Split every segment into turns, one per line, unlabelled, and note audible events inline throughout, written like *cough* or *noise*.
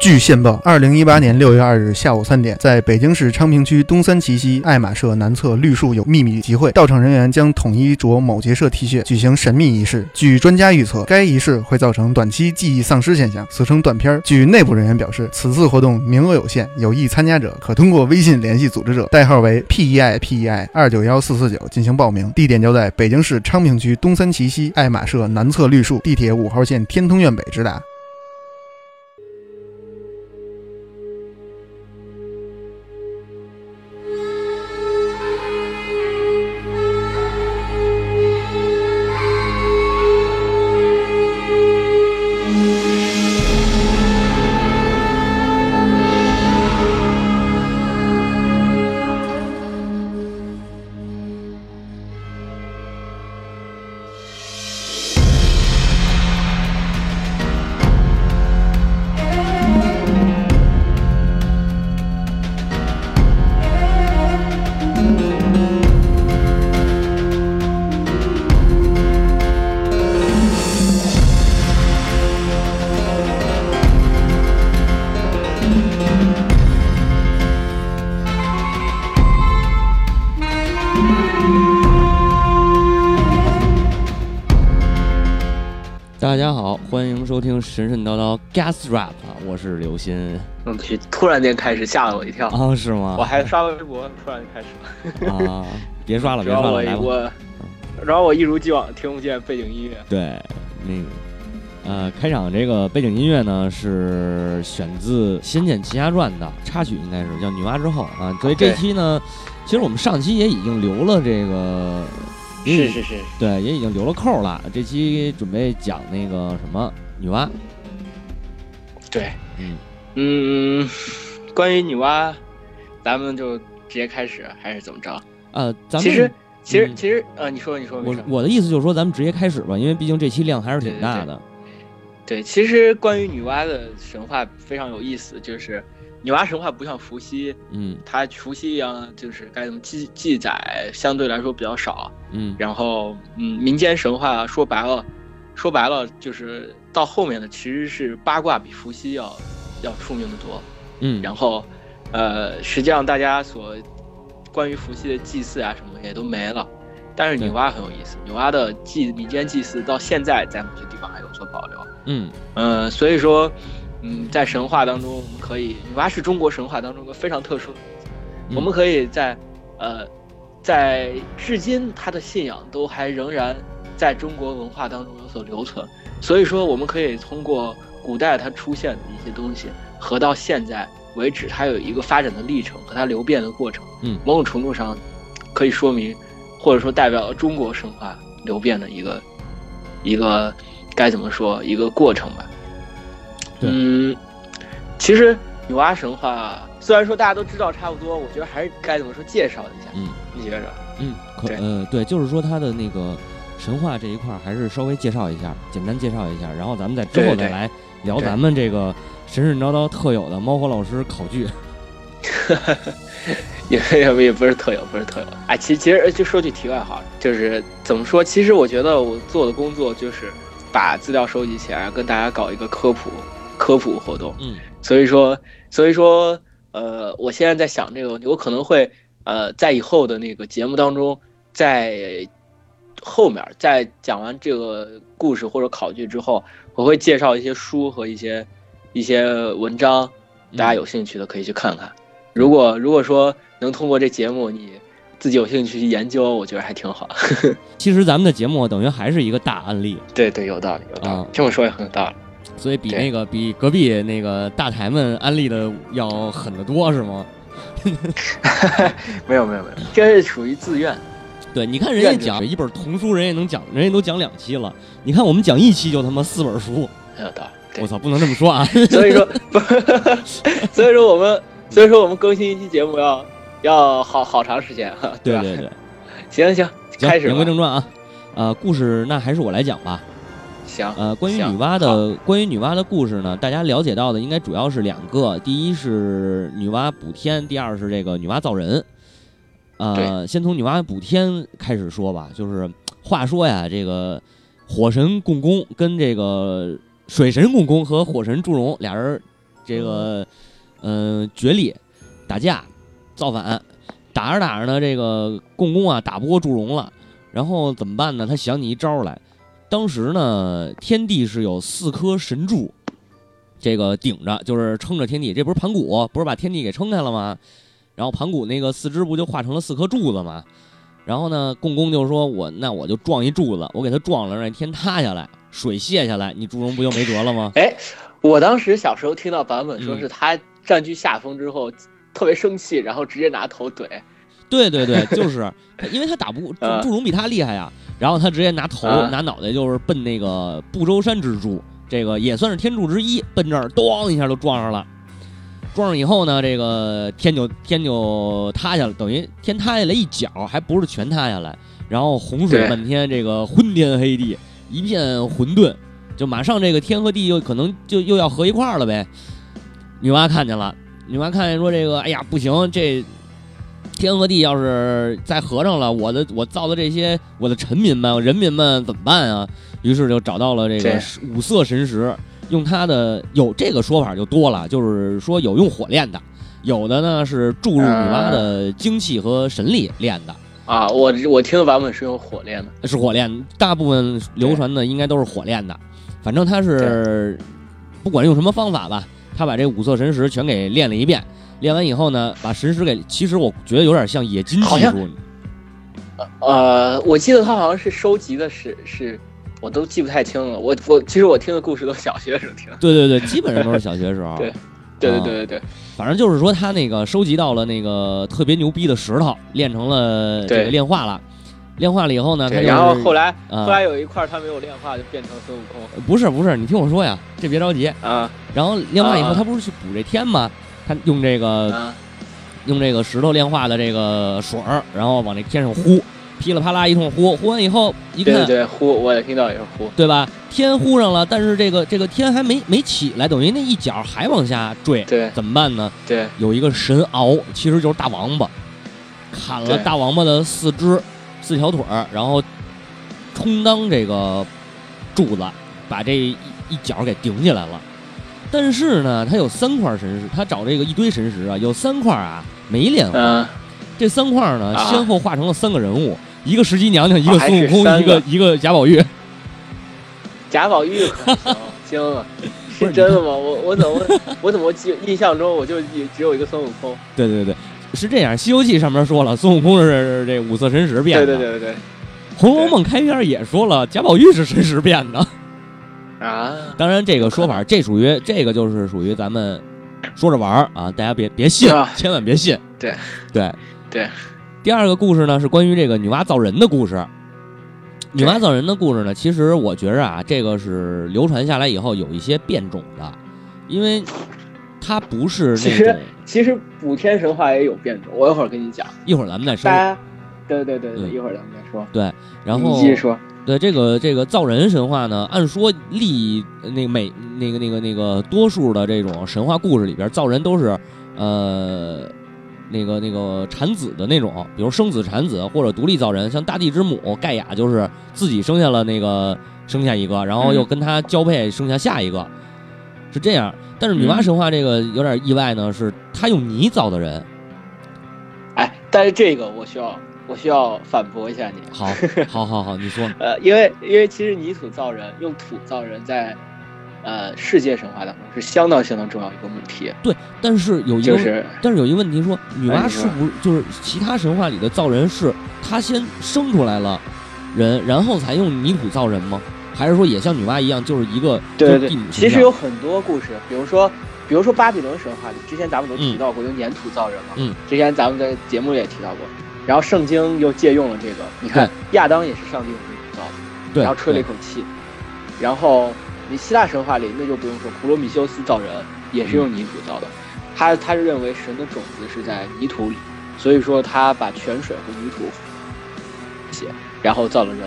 据线报，二零一八年六月二日下午三点，在北京市昌平区东三旗西爱马社南侧绿树有秘密集会，到场人员将统一着某结社 T 恤，举行神秘仪式。据专家预测，该仪式会造成短期记忆丧失现象，俗称断片儿。据内部人员表示，此次活动名额有限，有意参加者可通过微信联系组织者，代号为 E PEI PEI 二九幺四四九进行报名，地点就在北京市昌平区东三旗西爱马社南侧绿树，地铁五号线天通苑北直达。
大家好，欢迎收听神神叨叨 Gas Rap，啊我是刘鑫
我
嗯
去，突然间开始吓了我一跳。
啊，是吗？
我还刷微博，突然开始了，
*laughs* 啊，别刷了，别
然
刷
后
了，
我
来吧。嗯
我，然后我一如既往听不见背景音乐，
对，那个，呃，开场这个背景音乐呢是选自《仙剑奇侠传》的插曲，应该是叫《女娲之后》啊。所以这
对
期呢，其实我们上期也已经留了这个，也已
是是是，
对，也已经留了扣了。这期准备讲那个什么女娲，
对，
嗯
嗯，关于女娲，咱们就直接开始，还是怎么着？
呃，咱们
其实其实
嗯
其实，呃，你说你说没
我
事。
我的意思就是说，咱们直接开始吧，因为毕竟这期量还是挺
对对
大
对
的。
对，其实关于女娲的神话非常有意思，就是女娲神话不像伏羲，
嗯
她伏羲一样，就是该怎么记记载相对来说比较少。
嗯
然后，嗯，民间神话说白了，说白了就是到后面的其实是八卦比伏羲要要出名的多。
嗯，
然后，呃，实际上大家所关于伏羲的祭祀啊什么的也都没了。但是
对
女娲很有意思，女娲的祭民间祭祀到现在在某些地方还有所保留。
嗯
嗯，所以说，嗯，在神话当中，我们可以女娲是中国神话当中一个非常特殊的例子。
嗯
我们可以在，呃，在至今她的信仰都还仍然在中国文化当中有所留存。所以说，我们可以通过古代它出现的一些东西，和到现在为止它有一个发展的历程和它流变的过程。
嗯
某种程度上可以说明，或者说代表了中国神话流变的一个一个该怎么说一个过程吧。
对
嗯，其实女娲神话虽然说大家都知道差不多，我觉得还是该怎么说介绍一下。
嗯，
你觉着？
嗯，可
对
呃对，就是说它的那个神话这一块儿，还是稍微介绍一下，简单介绍一下，然后咱们在之后
对
再
对
来聊
对
咱们这个神神叨叨特有的猫火老师考据。
也也也不是特有，不是特有。哎，其实其实就说句题外话，就是怎么说？其实我觉得我做的工作就是把资料收集起来，跟大家搞一个科普科普活动。
嗯
所以说，所以说，呃，我现在在想这个问题，我可能会呃，在以后的那个节目当中，在后面在讲完这个故事或者考据之后，我会介绍一些书和一些一些文章，大家有兴趣的可以去看看。如果如果说能通过这节目你自己有兴趣去研究，我觉得还挺好。
其实咱们的节目等于还是一个大案例，
对对，有道理，有道理，
啊
这么说也很有道理。
所以比
对
那个比隔壁那个大台们安利的要狠得多，是吗？
没有没有没有，这是属于自愿。
对，你看人家
愿者
讲一本童书，人家能讲，人家都讲两期了，你看我们讲一期就他妈四本书，
很有道理。对
我操，不能这么 *laughs* 说啊！
*laughs* 所以说，不，所以说我们，所以说我们更新一期节目要要好好长时间，
对
吧？
对对，
*laughs* 行行，
行，
开始
言归
吧。
正传啊，呃，故事那还是我来讲吧。
行，
呃，关于
行
女娲的关于女娲的故事呢，大家了解到的应该主要是两个，第一是女娲补天，第二是这个女娲造人。呃，先从女娲补天开始说吧，就是话说呀，这个火神共工跟这个水神共工和火神祝融俩人这个嗯、呃角力、打架、造反，打着打着呢，这个共工啊打不过祝融了，然后怎么办呢？他想起一招来，当时呢天地是有四颗神柱，这个顶着就是撑着天地，这不是盘古不是把天地给撑开了吗？然后盘古那个四肢不就化成了四颗柱子吗？然后呢，共工就说我那我就撞一柱子，我给他撞了，让天塌下来，水泄下来，你祝融不就没辙了吗？
哎，我当时小时候听到版
嗯
本说是他占据下风之后、特别生气，然后直接拿头怼。
对对
*laughs*
对，就是因为他打不过
啊
祝融比他厉害呀，然后他直接拿头、
啊
拿脑袋就是奔那个不周山之柱，这个也算是天柱之一，奔这儿咣一下就撞上了。撞上以后呢，这个天就天就塌下了，等于天塌下来一角，还不是全塌下来，然后洪水
对
漫天，这个昏天黑地，一片混沌，就马上这个天和地又可能就又要合一块儿了呗。女娲看见了，女娲看见说这个，哎呀不行，这天和地要是再合上了，我的我造的这些我的臣民们、人民们怎么办啊？于是就找到了这个
对
五色神石，用它的有这个说法就多了，就是说有用火炼的，有的呢是注入女娲的精气和神力炼的。
啊，我我听的版本是用火炼的，
是火炼，大部分流传的应该都是火炼的。反正他是不管用什么方法吧，他把这五色神石全给炼了一遍。炼完以后呢，把神石给，其实我觉得有点像冶金技
好像
术，
呃，我记得他好像是收集的是是，我都记不太清了。我我其实我听的故事都是小学的时候听的。
对对对，基本上都是小学时候。
*laughs* 对对对对对对，
反正就是说他那个收集到了那个特别牛逼的石头，炼成了这个
对
炼化了，炼化了以后呢，他就
对
是
然后后来
啊
后来有一块他没有炼化，就变成孙悟空
不是不是，你听我说呀，这别着急。
啊
然后炼化以后，
啊
他不是去补这天吗？他用这个
啊
用这个石头炼化的这个水儿，然后往这天上呼，噼里啪啦一通呼，呼完以后一
对
看， *laughs*
对对，呼我也听到有人呼，
对吧？天呼上了，但是这个这个天还没没起来，等于那一角还往下坠，
对
怎么办呢？
对
有一个神鳌，其实就是大王八，砍了
对
大王八的四肢、四条腿儿，然后充当这个柱子，把这一一角给顶起来了。但是呢，他有三块神石，他找这个一堆神石啊，有三块啊没炼化。
嗯
这三块呢，
啊哦
先后化成了三个人物，一个石矶娘娘，一个
还
孙悟
是
空，
三
一个
个
一个贾宝玉。
贾宝玉可
*laughs*
行惊了，
不是
是真的吗？我我怎么我怎么记印象中我就记只有一个孙悟空？
对对对，是这样，《西游记》上面说了，孙悟空是这五色神石变
对
的。
对对对对
红楼梦》开篇也说了，贾宝玉是神石变的。
啊，
当然，这个说
*laughs*
法，这属于这个就是属于咱们说着玩儿啊，大家别别信，
啊
千万别信。
对
对
对。
第二个故事呢，是关于这个女娲造人的故事。女娲
对
造人的故事呢，其实我觉着啊，这个是流传下来以后有一些变种的，因为它不是
其
那
实
种
其实补天神话也有变种，我一会儿跟你讲，
一会儿咱们再
大
说。
家对对对对，
嗯
一会儿咱们再说。
然
你
后
继续说，
对呃这个这个造人神话呢，按说历那个美那个那个那个多数的这种神话故事里边，造人都是呃那个那个产子的那种，比如生子产子或者独立造人，像大地之母盖亚就是自己生下了那个生下一个，然后又
嗯
跟他交配生下下一个，是这样。但是女
嗯
娲神话这个有点意外呢，是她用泥造的人。
哎，但是这个我需要我需要反驳一下你，
好，好，好，好，你说，
呃，因为因为其实泥土造人用土造人在呃世界神话当中是相当相当重要一个问题，
但是有一个
就
问
是
但是有一个问题说，女
哎
娲
你
是
说
不是就是其他神话里的造人是她先生出来了人，然后才用泥土造人吗？还是说也像女娲一样，就是一个
对
就是地
对对
母，
其
形
实
象
有很多故事，比如说，比如说巴比伦神话里，之前咱们都提到过，用粘土造人嘛。
嗯。
之前咱们在节目里也提到过，然后圣经又借用了这个。你看
对，
亚当也是上帝用泥土造的，
对，
然后吹了一
对
口气。然后你希腊神话里那就不用说，普罗米修斯造人也是用泥土造的，他他是认为神的种子是在泥土里，所以说他把泉水和泥土写，然后造了人。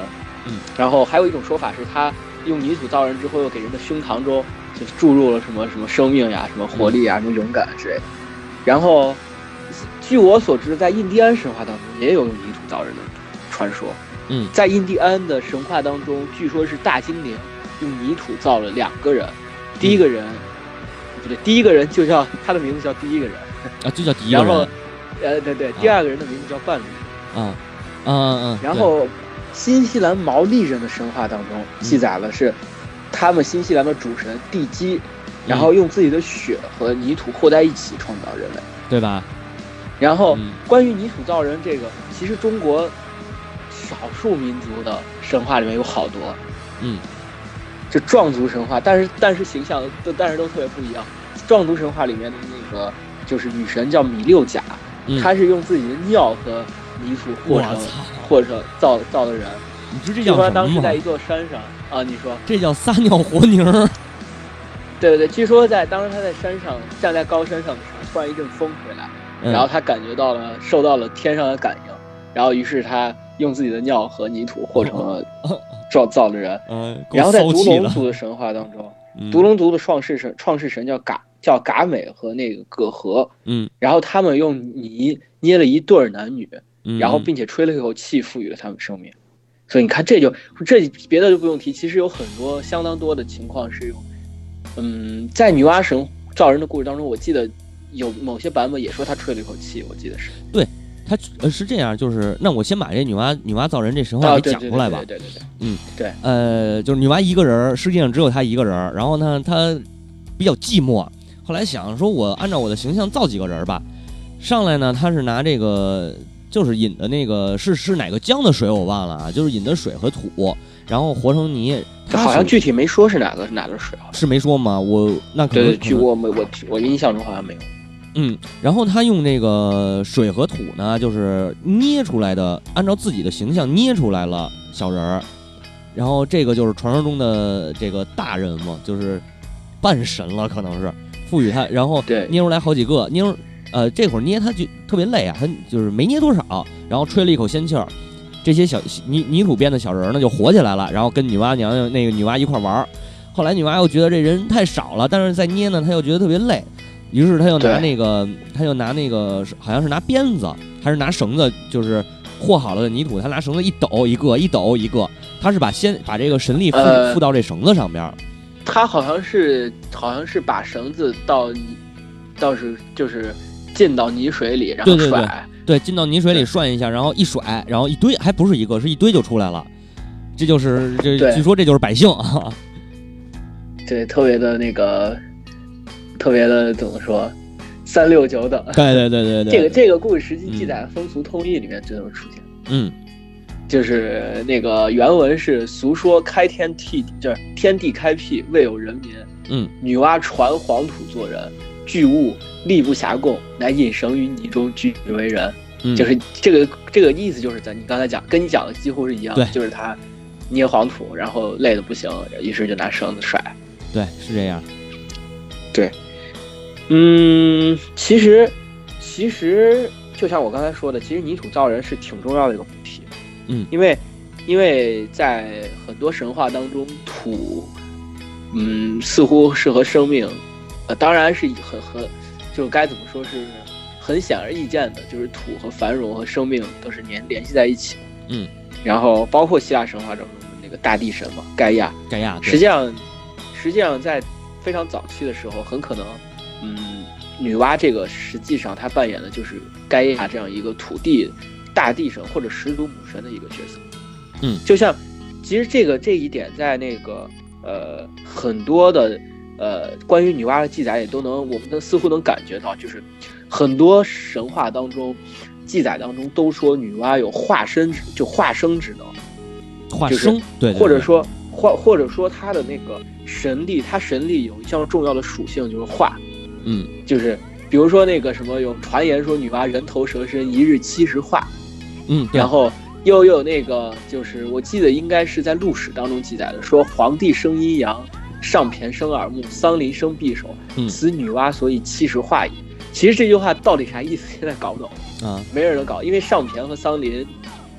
嗯，
然后还有一种说法是他用泥土造人之后，又给人的胸膛中就注入了什么什么生命呀、什么活力呀、
嗯
什么勇敢之类的。然后，据我所知，在印第安神话当中也有用泥土造人的传说。
嗯
在印第安的神话当中，据说是大精灵用泥土造了两个人，第一个人不对，第一个人就叫他的名字叫第一个人，
啊，就叫第一个
然
人
后，呃，对对，第二个人的名字叫伴侣。
啊，嗯嗯，
然后，新西兰毛利人的神话当中记载了是，他们新西兰的主神地基，然后用自己的血和泥土和在一起创造人类。
对对吧？
然后，
嗯
关于泥土造人这个，其实中国少数民族的神话里面有好多，
嗯，
就壮族神话，但是但是形象都但是都特别不一样。壮族神话里面的那个就是女神叫米六甲，
嗯
她是用自己的尿和泥土和
我
成
操，
和成造造的人。
你知这
据
叫
说
什
当
么
时在一
吗？
座山上啊，你说
这叫撒尿和泥儿，
对对对，据说在当时他在山上站在高山上的时候，突然一阵风回来，
嗯
然
*laughs*
后他感觉到了受到了天上的感应，然后于是他用自己的尿和泥土和成了
*laughs*
造造的人。
嗯，够
然后在
骚
独
气
龙
的，
族的神话当中，
嗯
独龙族的创世神创世神叫嘎叫嘎美和那个葛和，
嗯，
然后他们用泥捏了一对儿男女，
嗯，
然后并且吹了一口气，赋予了他们生命。所以你看，这就这别的就不用提，其实有很多相当多的情况是用，嗯，在女娲神造人的故事当中，我记得有某些版本也说她吹了一口气，我记得是
他呃是这样，就是那我先把这女娲女娲造人这神话
啊，
给
对
讲
对
出来吧
对。对对对，
呃，就是女娲一个人儿，世界上只有她一个人儿。然后呢，她比较寂寞，后来想说，我按照我的形象造几个人儿吧。上来呢，她是拿这个，就是引的那个是是哪个江的水我忘了啊，就是引的水和土，然后和成泥。
这
她
好像
是
具体没说是哪个哪个水啊，
是没说吗？我那可
对
能
对，
可
据
能
我没我我印象中好像没有，
嗯，然后他用这个水和土呢，就是捏出来的，按照自己的形象捏出来了小人儿，然后这个就是传说中的这个大人嘛，就是半神了，可能是赋予他，然后
对
捏出来好几个，捏出呃这会儿捏他就特别累啊，他就是没捏多少，然后吹了一口仙气儿，这些小泥泥土变的小人儿呢就活起来了，然后跟女娲娘娘那个女娲一块儿玩儿。后来女娲又觉得这人太少了，但是再捏呢，她又觉得特别累，于是她又拿
对
那个，她又拿那个，好像是拿鞭子还是拿绳子，就是和好了的泥土，她拿绳子一抖一个，一抖一个，她是把先把这个神力附、
呃
附到这绳子上边儿，
他好像是好像是把绳子到泥，到是就是浸到泥水里，然
对
后
对对
甩，
对，进到泥水里
对
涮一下，然后一甩，然后一堆，还不是一个，是一堆就出来了。这就是这，
对
据说这就是百姓
*laughs*
啊，
对，特别的那个，特别的怎么说，三六九等。
对对对对对，
*laughs* 这个这个故事实际记
嗯
载的风俗通义里面就能出现，
嗯
就是那个原文是俗说开天辟，就是天地开辟，未有人民。
嗯，
女娲传黄土做人，巨物力不暇供，乃引绳于泥中，举以为人。
嗯，
就是这个这个意思，就是咱你刚才讲，跟你讲的几乎是一样的，
对
就是他捏黄土，然后累的不行，于是就拿绳子甩。
对是这样，
嗯，其实，其实就像我刚才说的，其实泥土造人是挺重要的一个问题。
嗯
因为，因为在很多神话当中，土，嗯，似乎是和生命，呃，当然是很很，就该怎么说是很显而易见的，就是土和繁荣和生命都是联联系在一起的。
嗯，
然后包括希腊神话当中的那个大地神嘛，盖亚，
盖亚啊对
实际上，实际上在非常早期的时候，很可能，嗯，女娲这个实际上她扮演的就是盖亚这样一个土地大地神或者始祖母神的一个角色。
嗯
就像其实这个这一点在那个呃很多的呃关于女娲的记载也都能，我们能似乎能感觉到，就是很多神话当中。记载当中都说女娲有化身之，就化生之能，
化
就是
生，对，对
或者
对
说或或者说他的那个神力，他神力有一项重要的属性就是化，
嗯
就是比如说那个什么有传言说女娲人头蛇身一日七十化，
嗯，对
然后又有那个就是我记得应该是在《陆史》当中记载的，说皇帝生阴阳，上骈生耳目，桑林生匕首
嗯，
此女娲所以七十化也。其实这句话到底啥意思？现在搞不懂。
啊，
没人能搞，因为上骈和桑林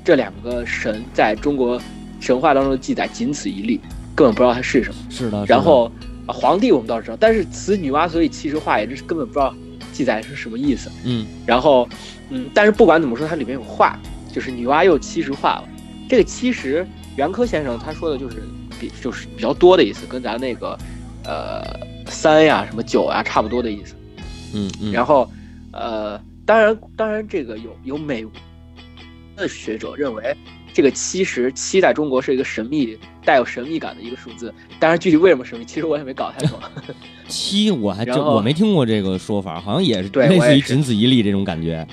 这两个神在中国神话当中的记载仅此一例，根本不知道它是什么。
是的，是
然
的
后、啊皇帝我们倒是知道，但是此女娲所以其实化也，这是根本不知道记载是什么意思。
嗯
然后，嗯，但是不管怎么说，它里面有化，就是女娲又七十化了。这个七十，袁科先生他说的就是比就是比较多的意思，跟咱那个呃三呀、什么九呀差不多的意思。
嗯嗯，
然后，呃，当然，当然，这个有有美国的学者认为，这个七十七在中国是一个神秘、带有神秘感的一个数字。当然，具体为什么神秘，其实我也没搞太懂。
七我还真
然后
我没听过这个说法，好像也是
对
类
我
似
也
于
是
仅此一例这种感觉。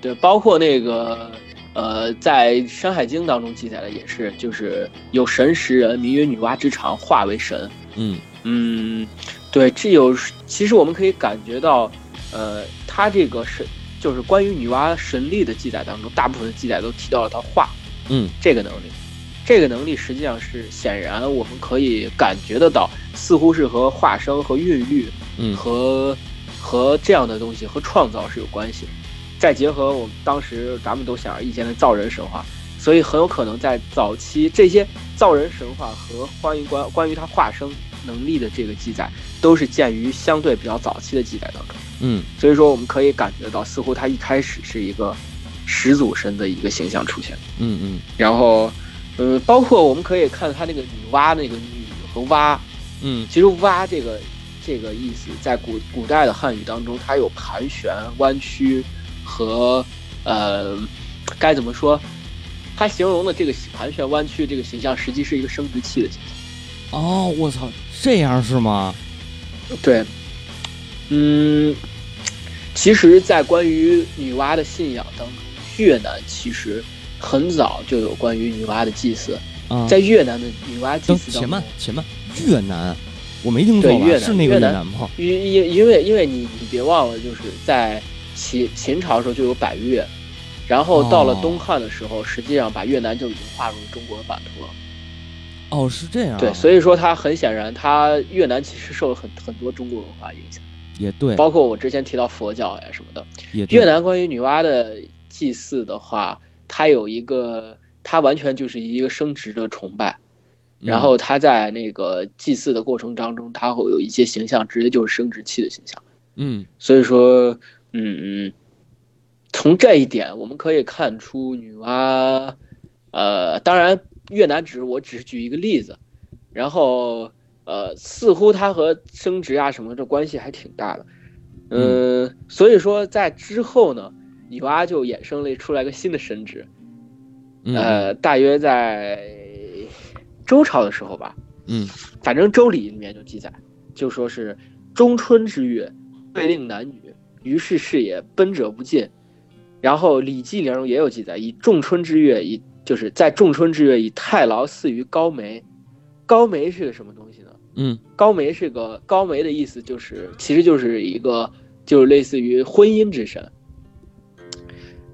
对，包括那个呃，在《山海经》当中记载的也是，就是有神识人，名曰女娲之长，化为神。
嗯
嗯，对，这有其实我们可以感觉到，呃，他这个神就是关于女娲神力的记载当中，大部分的记载都提到了她化
嗯
这个能力。这个能力实际上是显然我们可以感觉得到，似乎是和化生和孕育
嗯
和和这样的东西和创造是有关系的。再结合我们当时咱们都显而易见的造人神话，所以很有可能在早期这些造人神话和关于关关于他化生能力的这个记载，都是见于相对比较早期的记载当中。
嗯
所以说，我们可以感觉到，似乎他一开始是一个始祖神的一个形象出现。
嗯嗯
然后，呃，包括我们可以看他那个女娲那个女和娲，
嗯
其实“挖”这个这个意思，在古古代的汉语当中，它有盘旋、弯曲和呃，该怎么说？它形容的这个盘旋弯曲这个形象，实际是一个生殖器的形
哦，我操，这样是吗？
象。对，嗯，其实，在关于女娲的信仰当中，越南其实很早就有关于女娲的祭祀，
啊，
在越南的女娲祭
等
祀
且
当中
慢，且慢，越南，我没听错
对越
吧？
南
是那个
越
越
南
南吗？
因因因为因为你你别忘了，就是在秦秦朝的时候就有百越，然后到了
哦
东汉的时候，实际上把越南就已经划入中国的版图了。
哦，是这样啊。
对，所以说它很显然，它越南其实受了很很多中国文化影响，
也对，
包括我之前提到佛教呀什么的。
也对
越南关于女娲的祭祀的话，它有一个，它完全就是一个生殖的崇拜。
嗯
然后它在那个祭祀的过程当中，它会有一些形象，直接就是生殖器的形象。
嗯
所以说，嗯嗯，从这一点我们可以看出女娲，呃，当然越南只是我只是举一个例子，然后呃，似乎它和生殖啊什么的关系还挺大的，嗯、所以说在之后呢，女娲就衍生了出来一个新的神职，
嗯
呃，大约在周朝的时候吧，
嗯
反正《周礼》里面就记载，就说是中春之月，未令男女，于是是也，奔者不进。然后《礼记》里中也有记载，以仲春之月，以就是在仲春之月，以太牢祀于高梅。高梅是个什么东西呢？
嗯
高梅是个高梅的意思就是，其实就是一个就是类似于婚姻之神。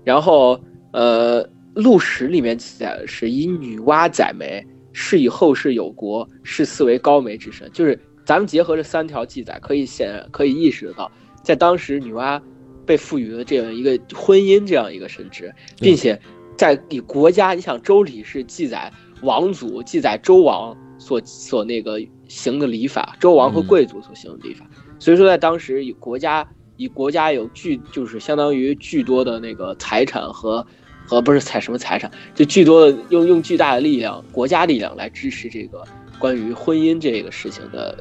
然后呃，《陆史》里面记载的是以女娲载梅，是以后世有国，是四为高梅之神。就是咱们结合这三条记载，可以显可以意识得到，在当时女娲被赋予了这样一个婚姻这样一个神职，
对
并且在以国家，你想《周礼》是记载王族、记载周王所所那个行的礼法，周王和
嗯
贵族所行的礼法，所以说在当时以国家以国家有巨就是相当于巨多的那个财产和和不是财什么财产，就巨多的用用巨大的力量，国家力量来支持这个关于婚姻这个事情的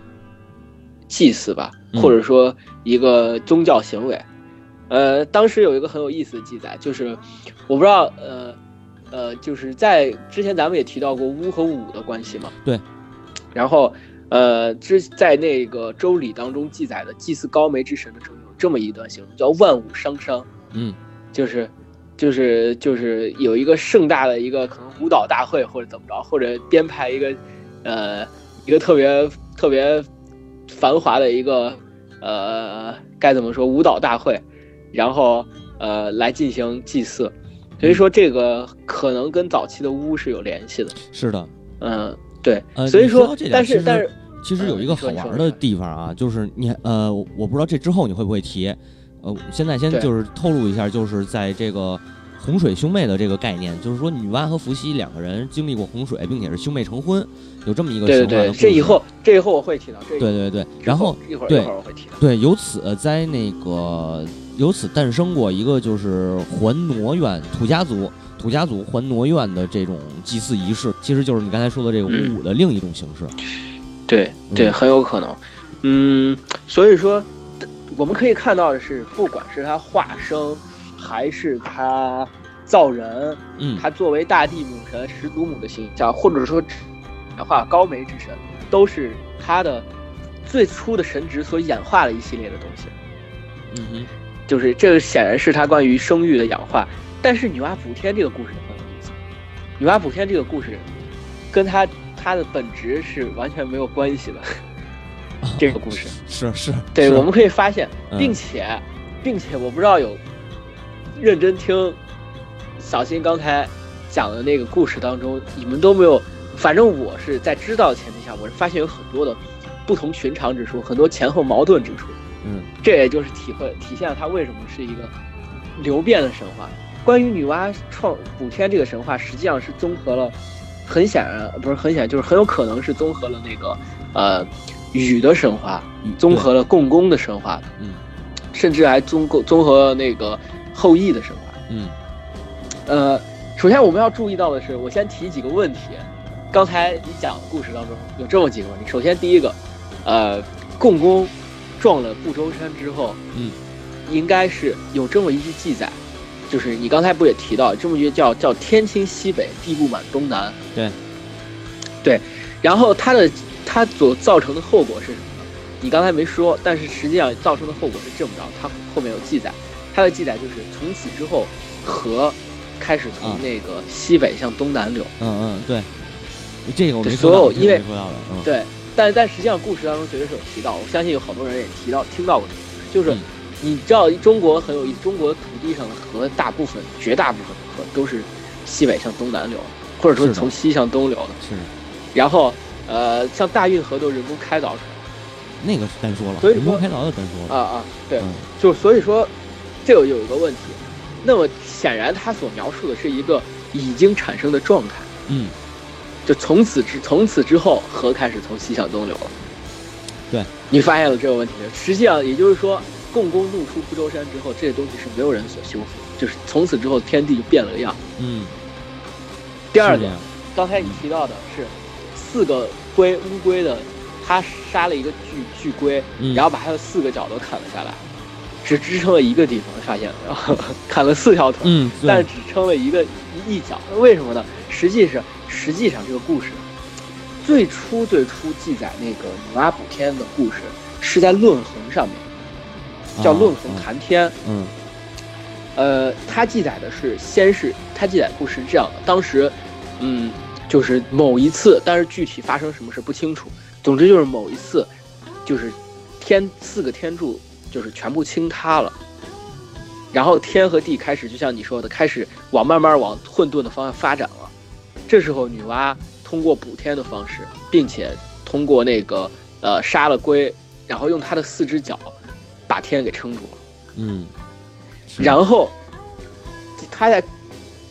祭祀吧，
嗯
或者说一个宗教行为。呃，当时有一个很有意思的记载，就是我不知道呃呃，就是在之前咱们也提到过巫和武的关系嘛，
对，
然后。呃，之在那个《周礼》当中记载的祭祀高梅之神的时候，有这么一段形容，叫“万物伤伤
嗯”，
就是，就是，就是有一个盛大的一个可能舞蹈大会或者怎么着，或者编排一个，呃，一个特别特别繁华的一个，呃，该怎么说舞蹈大会，然后呃来进行祭祀，所以说这个可能跟早期的巫是有联系的，
是的，
嗯、对，
呃
所以
你
说
到这，点
但
其
是
实
但是。
其实有一
嗯
个
你
好
说你说
玩
你
的
说
地方啊，就是你呃，我我不知道这之后你会不会提，呃，现在先
对
就是透露一下，就是在这个洪水兄妹的这个概念，就是说女娲和伏羲两个人经历过洪水，并且是兄妹成婚，有这么一个
对
神
对
话的
对，
故事。
这以后这以后我会提到，这以后
对对对，然后
一会儿一
对
会儿我会提到。
对，由此在那个由此诞生过一个就是还挪院土家族土家族还挪院的这种祭祀仪式，其实就是你刚才说的这个
嗯
五五的另一种形式。
对
嗯
对，很有可能。嗯，所以说我们可以看到的是，不管是他化生，还是他造人，
嗯
他作为大地母神始祖母的形象，或者说演化高梅之神，都是他的最初的神职所演化的一系列的东西。
嗯哼，
就是这个显然是他关于生育的氧化。但是女娲补天这个故事很有意思，女娲补天这个故事跟他他的本质是完全没有关系的。这个故事，
哦是是，
对，
是
我们可以发现，
嗯
并且，并且我不知道有认真听小新刚才讲的那个故事当中，你们都没有，反正我是在知道的前提下，我是发现有很多的不同寻常之处，很多前后矛盾之处。
嗯
这也就是体会体现了它为什么是一个流变的神话。关于女娲创补天这个神话，实际上是综合了，很显然不是很显然，就是很有可能是综合了那个呃禹的神话，
嗯
综合了共工的神话，
嗯，
甚至还综合综合了那个后羿的神话。
对嗯
呃，首先我们要注意到的是，我先提几个问题。刚才你讲的故事当中有这么几个问题。首先第一个，呃，共工撞了不周山之后，
嗯，
应该是有这么一句记载，就是你刚才不也提到这么一句叫叫天倾西北，地不满东南。
对，
对，然后它的它所造成的后果是什么呢？你刚才没说，但是实际上造成的后果是这么着，它后面有记载，它的记载就是从此之后河开始
啊
从那个西北向东南流。
嗯嗯，对，这个我没
对
说
所
到，
有
这个
因为
没说到的，嗯
对，但但实际上故事当中绝对是有提到，我相信有好多人也提到听到过这个故事，就是
嗯
你知道中国很有意思，中国土地上的河大部分绝大部分的河都是西北向东南流，或者说
是的
从西向东流的。
是
然后呃，像大运河都是人工开凿出来
那个是单说了，
所以
人工
说
开凿的单说
的
了，
啊啊，对，
嗯
就所以说这有有一个问题，那么显然他所描述的是一个已经产生的状态。
嗯，
就从此之从此之后，河开始从西向东流了。
对，
你发现了这个问题没有？实际上，也就是说，共工怒出不周山之后，这些东西是没有人所修复，就是从此之后天地就变了个样。
嗯，
第二
是这
点，
样
刚才你提到的是四个龟乌龟的，它杀了一个巨巨龟，
嗯
然后把它的四个角都砍了下来，只支撑了一个地方，发现没有？砍了 *laughs* 四条腿，
嗯，对
但只撑了一个一一角，为什么呢？实际是实际上这个故事，最初最初记载那个女娲补天的故事是在论衡上面，叫
啊
论衡
啊
谈天。
嗯
呃，它记载的是先是它记载故事是这样的，当时，嗯，就是某一次，但是具体发生什么事不清楚。总之就是某一次，就是天四个天柱就是全部倾塌了，然后天和地开始就像你说的，开始往慢慢往混沌的方向发展了。这时候女娲通过补天的方式，并且通过那个呃杀了龟，然后用她的四只脚把天给撑住了。
嗯，是
然后他在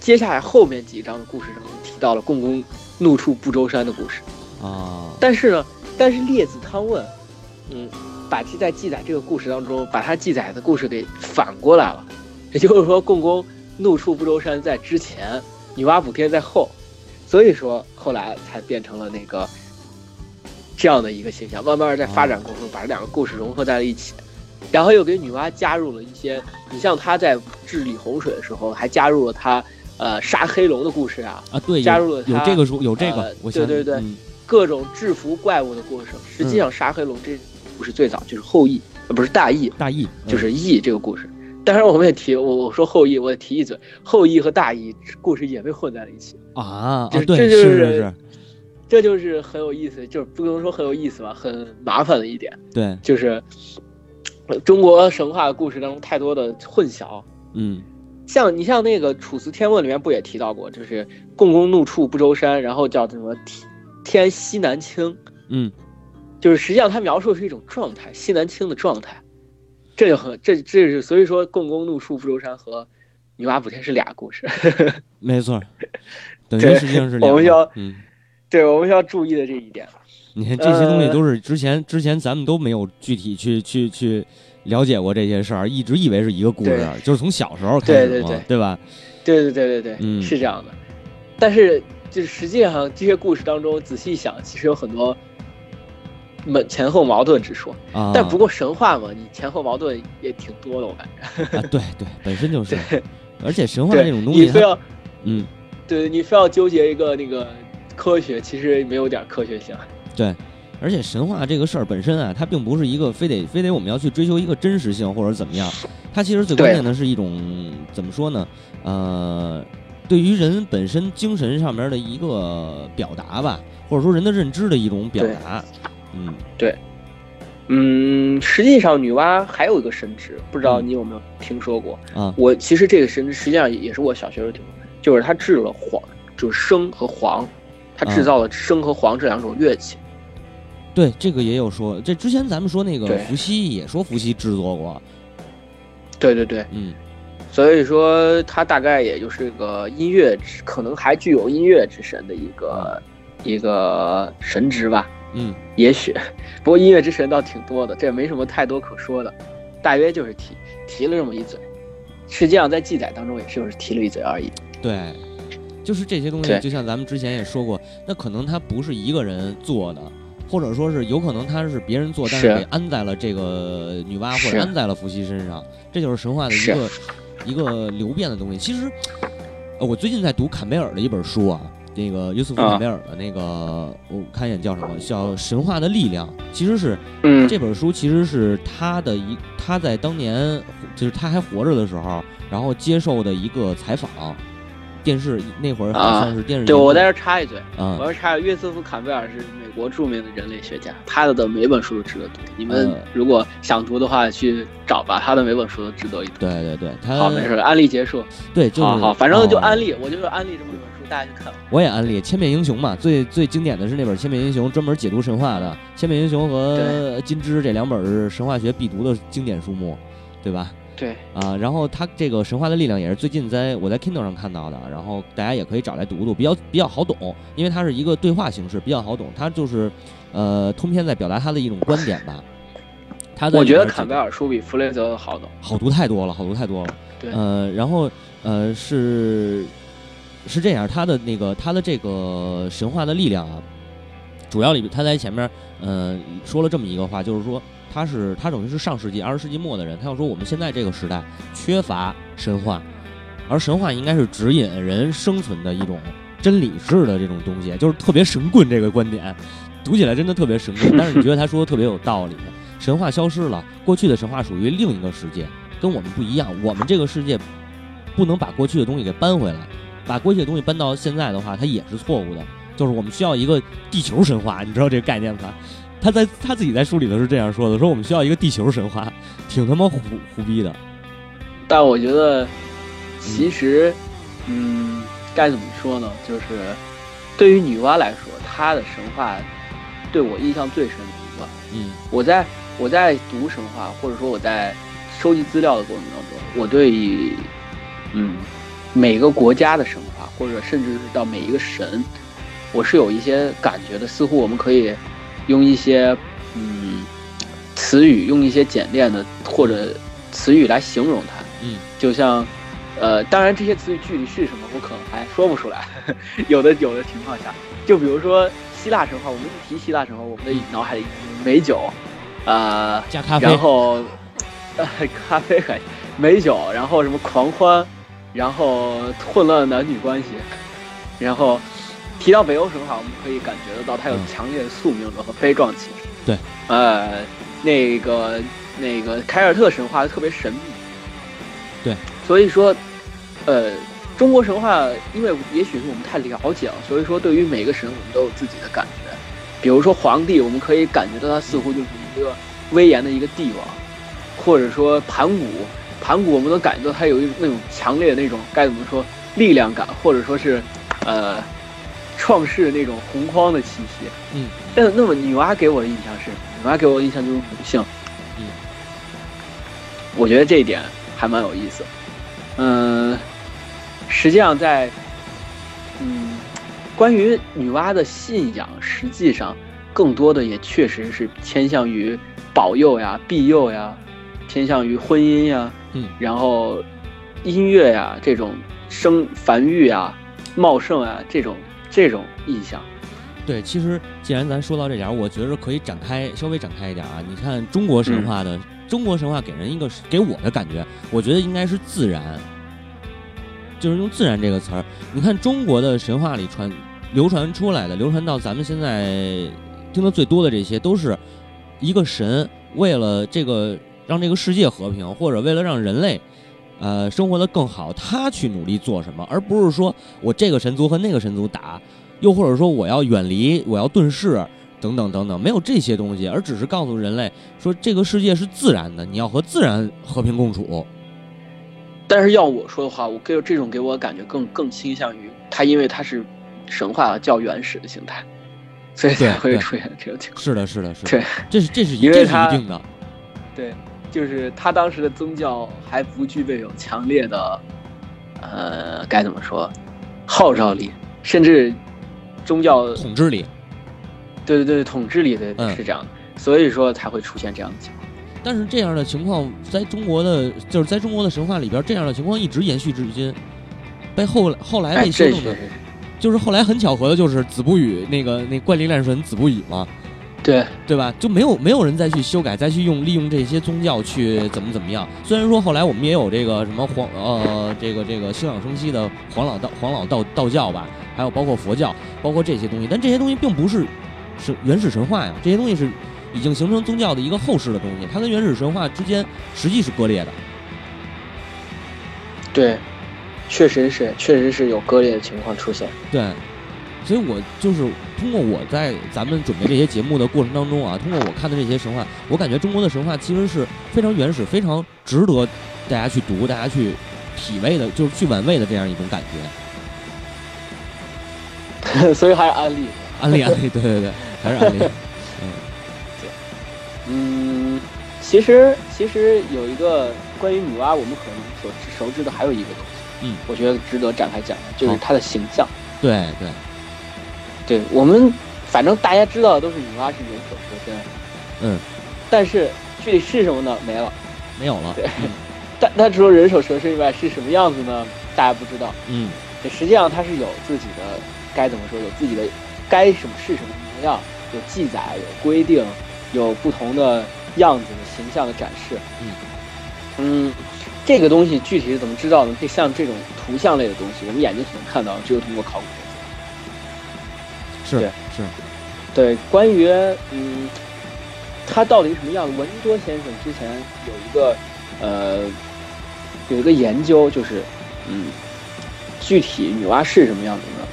接下来后面几章的故事中提到了共工怒触不周山的故事，
啊，
但是呢，但是列子汤问，嗯，把记在记载这个故事当中，把他记载的故事给反过来了， *laughs* 也就是说，共工怒触不周山在之前，女娲补天在后，所以说后来才变成了那个这样的一个形象。慢慢在发展过程中，把这两个故事融合在了一起，然后又给女娲加入了一些，你像她在治理洪水的时候，还加入了她呃杀黑龙的故事啊，
啊对，有
加入了
有
他
这个说有这个
呃，
我
对
想
对对
嗯
各种制服怪物的过程。实际上，沙黑龙这不是最早，就是后羿，呃，不是大羿，
大意嗯
就是羿这个故事。当然，我们也提，我我说后羿，我也提一嘴，后羿和大羿故事也被混在了一起，
啊啊
这
对
这就是是
是，
这就是很有意思，就是不能说很有意思吧，很麻烦的一点，
对，
就是呃中国神话故事当中太多的混淆，
嗯
像你像那个《楚辞天问》里面不也提到过，就是共工怒触不周山，然后叫什么天天西南倾，
嗯，
就是实际上它描述的是一种状态，西南倾的状态，这就很这这是所以说共工怒触不周山和女娲补天是俩故事， *laughs*
没错儿，等于
对
实际上是
我
两
们
个
要
嗯。
对我们需要注意的这一点。
你看这些东西
呃
都是之前之前咱们都没有具体去去去了解过这些事儿，一直以为是一个故事，
对
就是从小时候开始
对对
嘛，
对
吧？
对对对对对，
嗯
是这样的。但是就是实际上这些故事当中，仔细想，其实有很多门前后矛盾之说。
啊，
但不过神话嘛，你前后矛盾也挺多的，我感觉。
啊，对对，本身就是，
对，
而且神话
对
这种东
你
西，它
非要
嗯，
对你非要纠结一个那个科学，其实没有点科学性。
而且神话这个事儿本身啊，它并不是一个非得非得我们要去追求一个真实性或者怎么样，它其实最关键的是一种怎么说呢？呃，对于人本身精神上面的一个表达吧，或者说人的认知的一种表达。嗯，
嗯，实际上女娲还有一个神职，不知道你有没有听说过？
啊
我其实这个神职实际上也是我小学时候听过，就是她制了黄，就是笙和簧，她制造了笙和簧这两种乐器。
对，这个也有说，这之前咱们说那个
对
伏羲也说伏羲制作过。
对对对，
嗯，
所以说她大概也就是个音乐之，可能还具有音乐之神的一个、一个神职吧。
嗯，
也许， *laughs* 不过音乐之神倒挺多的，这也没什么太多可说的，大约就是提提了这么一嘴。实际上在记载当中也是就是提了一嘴而已。
对，就是这些东西，
对
就像咱们之前也说过，那可能它不是一个人做的，或者说是有可能它是别人做，但是
是
给安在了这个女娲或
是
者安在了伏羲身上，这就是神话的一
是
个一个流变的东西。其实，呃，我最近在读坎贝尔的一本书啊。那个约瑟夫·
啊
坎贝尔的那个，我看一眼叫什么？叫《神话的力量》，其实是
嗯
这本书其实是他的一，他在当年就是他还活着的时候，然后接受的一个采访，电视那会儿好像是电视节
啊对，
目。
我在这儿插一嘴，
嗯
我要插一嘴约瑟夫·坎贝尔是美国著名的人类学家，他的每本书都值得读。你们
嗯
如果想读的话，去找吧，他的每本书都值得一读。
对对对，他
好，没事，安利结束。
对就是
好好，反正就
哦
安利，我就是安利这么一本书，大家去看吧。
我也安利《千面英雄》嘛，最最经典的是那本《千面英雄》，专门解读神话的《千面英雄》和《金枝》这两本是神话学必读的经典书目，对吧？
对，
啊，然后他这个《神话的力量》也是最近在我在 Kindle 上看到的，然后大家也可以找来读读，比较比较好懂，因为它是一个对话形式，比较好懂。它就是，呃，通篇在表达他的一种观点吧。他在
我
里
觉得
面
坎
解
贝尔书比弗雷泽好懂。
好读太多了，好读太多了。
对
呃，然后呃是是这样，他的那个他的这个神话的力量啊，主要里边他在前面呃说了这么一个话，就是说他是他等于是上世纪二十世纪末的人，他要说我们现在这个时代缺乏神话，而神话应该是指引人生存的一种真理式的这种东西，就是特别神棍这个观点，读起来真的特别神棍，但是你觉得他说的特别有道理。 *laughs* 神话消失了，过去的神话属于另一个世界，跟我们不一样。我们这个世界不能把过去的东西给搬回来，把过去的东西搬到现在的话，它也是错误的。就是我们需要一个地球神话，你知道这个概念吧？他在他自己在书里头是这样说的：说我们需要一个地球神话，挺他妈胡胡逼的。
但我觉
嗯
得，其实，嗯，该怎么说呢？就是对于女娲来说，她的神话对我印象最深的一段。
嗯
我在我在读神话，或者说我在收集资料的过程当中，我对于嗯每个国家的神话，或者甚至是到每一个神，我是有一些感觉的。似乎我们可以用一些嗯词语，用一些简练的或者词语来形容它。
嗯，
就像呃，当然这些词语具体是什么，我可能还说不出来。 *laughs* 有的有的情况下，就比如说希腊神话，我们一提希腊神话，我们的脑海里美酒，啊、
加咖啡，
然后呃 *laughs* 咖啡还美酒，然后什么狂欢，然后混乱男女关系，然后提到北欧神话，我们可以感觉得到它有
嗯
强烈的宿命论和悲壮情。
对，
呃，那个那个凯尔特神话特别神秘。
对，
所以说，呃。中国神话，因为也许是我们太了解了，所以说对于每个神，我们都有自己的感觉。比如说皇帝，我们可以感觉到他似乎就是一个威严的一个帝王，或者说盘古，盘古我们能感觉到他有一那种强烈的那种该怎么说力量感，或者说是呃创世那种洪荒的气息。
嗯，
但那么女娲给我的印象是，女娲给我的印象就是母性。
嗯，
我觉得这一点还蛮有意思。嗯，实际上在嗯关于女娲的信仰，实际上更多的也确实是偏向于保佑呀、庇佑呀，偏向于婚姻呀，
嗯，
然后音乐呀啊这种生繁育呀、茂盛啊这种这种意象。
对，其实既然咱说到这点儿，我觉着可以展开稍微展开一点啊。你看中国神话的，中国神话给人一个给我的感觉，我觉得应该是自然，就是用“自然”这个词儿。你看中国的神话里传流传出来的，流传到咱们现在听的最多的这些，都是一个神为了这个让这个世界和平，或者为了让人类。呃，生活的更好，他去努力做什么，而不是说我这个神族和那个神族打，又或者说我要远离，我要遁世，等等等等，没有这些东西，而只是告诉人类说这个世界是自然的，你要和自然和平共处。
但是要我说的话，我给这种给我感觉更更倾向于它，因为它是神话较原始的形态，所以才会出现这种情况。
是的，是的，是的，
对，
这是这是
因为
这是
他
一定的，
对，就是他当时的宗教还不具备有强烈的，呃，该怎么说，号召力，甚至宗教
统治力。
对对对统治力对、
嗯
是这样的，所以说才会出现这样的情况。
但是这样的情况在中国的，就是在中国的神话里边，这样的情况一直延续至今，被后来后来
哎，
被修
这
正
是
的，就是后来很巧合的，就是子不语那个那怪力乱神子不语嘛，
对
对吧？就没有没有人再去修改，再去用利用这些宗教去怎么怎么样。虽然说后来我们也有这个什么黄呃这个这个休养生息的黄老道黄老道道教吧，还有包括佛教，包括这些东西，但这些东西并不是是原始神话呀，这些东西是已经形成宗教的一个后世的东西，它跟原始神话之间实际是割裂的。
对，确实是确实是有割裂的情况出现。 *laughs*
对，所以我就是通过我在咱们准备这些节目的过程当中啊，通过我看的这些神话，我感觉中国的神话其实是非常原始、非常值得大家去读、大家去体味的，就是去玩味的这样一种感觉。
所以还是安利。
安利，安利，对 *laughs* 对对，还是安利。
嗯，其实其实有一个关于女娲，我们可能所知熟知的还有一个东西，
嗯，
我觉得值得展开讲，就是
好
她的形象。
对对，
对我们，反正大家知道的都是女娲是人首蛇身，
嗯，
但是具体是什么呢？没了。
没有了。
但她除了人首蛇身以外是什么样子呢？大家不知道。
嗯
这实际上她是有自己的，该怎么说？有自己的，该什么是什么模样，有记载，有规定，有不同的样子的形象的展示。
嗯
嗯这个东西具体是怎么知道呢？这像这种图像类的东西，我们眼睛所能看到，只有通过考古
是
学。对
是，
对，关于嗯，他到底是什么样的？闻一多先生之前有一个呃，有一个研究，就是嗯，具体女娲是什么样子呢？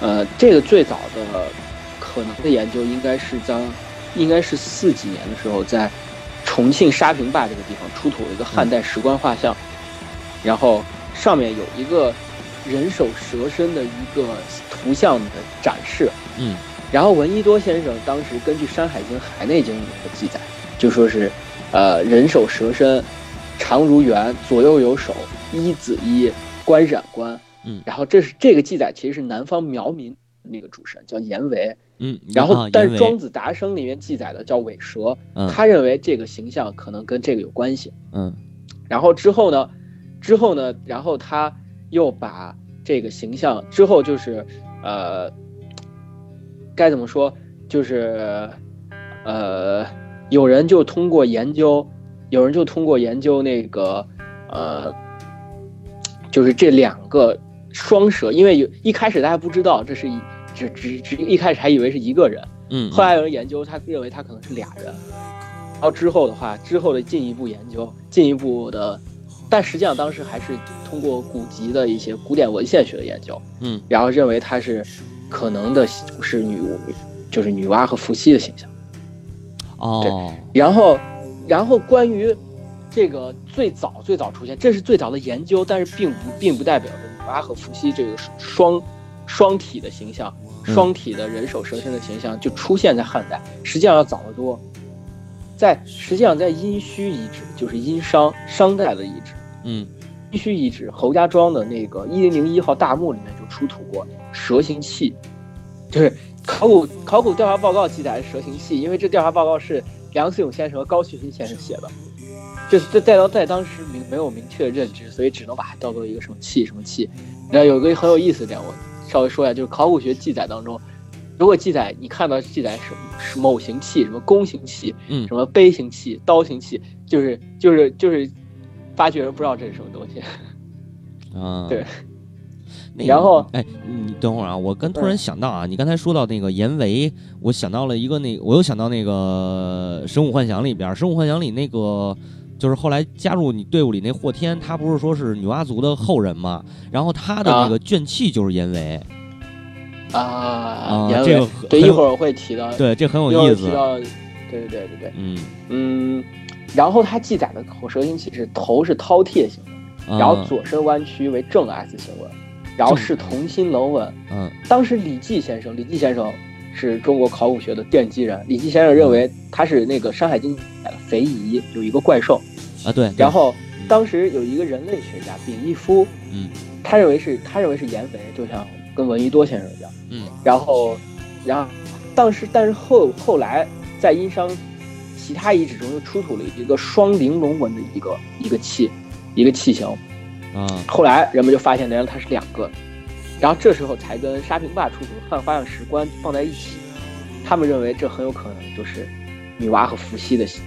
呃，这个最早的可能的研究应该是当应该是四几年的时候，在重庆沙坪坝这个地方出土了一个汉代石棺画像，然后上面有一个人首蛇身的一个图像的展示。
嗯
然后闻一多先生当时根据《山海经·海内经》里面的记载，就说是，呃，人首蛇身，长如猿，左右有手，一子一，冠闪冠。
嗯
然后这是这个记载其实是南方苗民那个主神叫阎维，
嗯。
然后
啊
但
因
是《
为
庄子·达生》里面记载的叫尾蛇，
嗯
他认为这个形象可能跟这个有关系。
嗯
然后之后呢，之后呢，然后他又把这个形象之后就是，呃，该怎么说，就是，呃，有人就通过研究，有人就通过研究那个，呃，就是这两个双蛇，因为有一开始大家不知道这是一。只只只一开始还以为是一个人，
嗯，
后来有人研究，他认为他可能是俩人。然后之后的话，之后的进一步研究，进一步的，但实际上当时还是通过古籍的一些古典文献学的研究，
嗯，
然后认为它是可能的是女巫，就是女娲和伏羲的形象。
哦，
然后，然后关于这个最早最早出现，这是最早的研究，但是并不并不代表着女娲和伏羲这个双双体的形象，
嗯
双体的人首蛇身的形象就出现在汉代，实际上要早得多。在实际上，在殷墟遗址，就是殷商商代的遗址，
嗯
殷墟遗址侯家庄的那个一零零一号大墓里面就出土过蛇形器，就是考古考古调查报告记载的蛇形器，因为这调查报告是梁思永先生和高旭新先生写的，就是在在当在当时明没有明确的认知，所以只能把它叫做一个什么器什么器。然后有一个很有意思的点，我稍微说一下，就是考古学记载当中，如果记载你看到记载什么是某形器，什么弓形器，
嗯
什么杯形器、刀形器，就是就是就是发掘人不知道这是什么东西。
啊，
对
那个。
然后嗯
哎，你等会儿啊，我刚突然想到啊，你刚才说到那个阎维，我想到了一个那，我又想到那个《神武幻想》里边，《神武幻想》里那个就是后来加入你队伍里那霍天，他不是说是女娲族的后人嘛？然后他的那个卷气就是阎维
啊，
啊
言，
这
为
个
对，
很
一
有
会儿我会提到，
对这很
一会
有
儿
意
提
思，啊
到，对对对对对，
嗯，
嗯，然后它记载的口舌心器是头是饕餮形的，
啊
然后左身弯曲为正 S 形纹，然后
正
是同心棱纹。
嗯
当时李济先生，李济先生是中国考古学的奠基人，李济先生
嗯
认为他是那个《山海经》的肥夷，有一个怪兽，
啊对，
然后
嗯
当时有一个人类学家秉义夫，
嗯，
他认为是他认为是颜肥，就像跟闻一多先生一样，
嗯，
然后，然后当时但是后后来在殷商其他遗址中又出土了一个双玲珑纹的一个一个器，一个器型，
啊
后来人们就发现原来它是两个，然后这时候才跟沙坪坝出土的汉花样石棺放在一起，他们认为这很有可能就是女娲和伏羲的形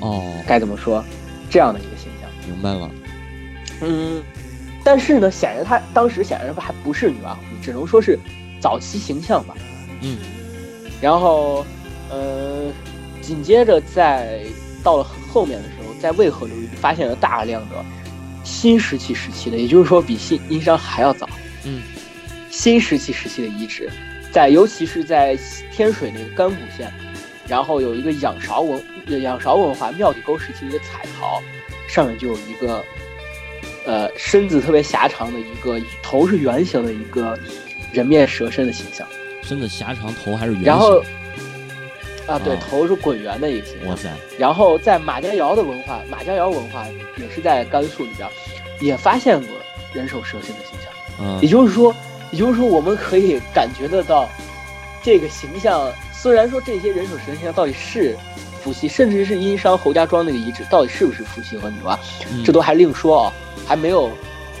哦，
该怎么说这样的一个形象。
明白了，
嗯，但是呢，显然他当时显然还不是女娲，只能说是早期形象吧。
嗯，
然后，呃，紧接着在到了后面的时候，在渭河流域发现了大量的新石器时期的，也就是说比新殷商还要早。
嗯，
新石器时期的遗址，在尤其是在天水那个甘谷县，然后有一个仰韶文仰韶文化庙底沟时期的一个彩陶，上面就有一个呃身子特别狭长的一个头是圆形的一个人面蛇身的形象，
身子狭长，头还是圆形，
然后啊对、
哦
头是滚圆的一个形
哇
象，
塞，
然后在马家窑的文化，马家窑文化也是在甘肃里边也发现过人首蛇身的形象，
嗯
也就是说，也就是说我们可以感觉得到这个形象，虽然说这些人首蛇身形象到底是。伏羲，甚至是殷商侯家庄那个遗址，到底是不是伏羲和女娲，
嗯
这都还另说啊，还没有，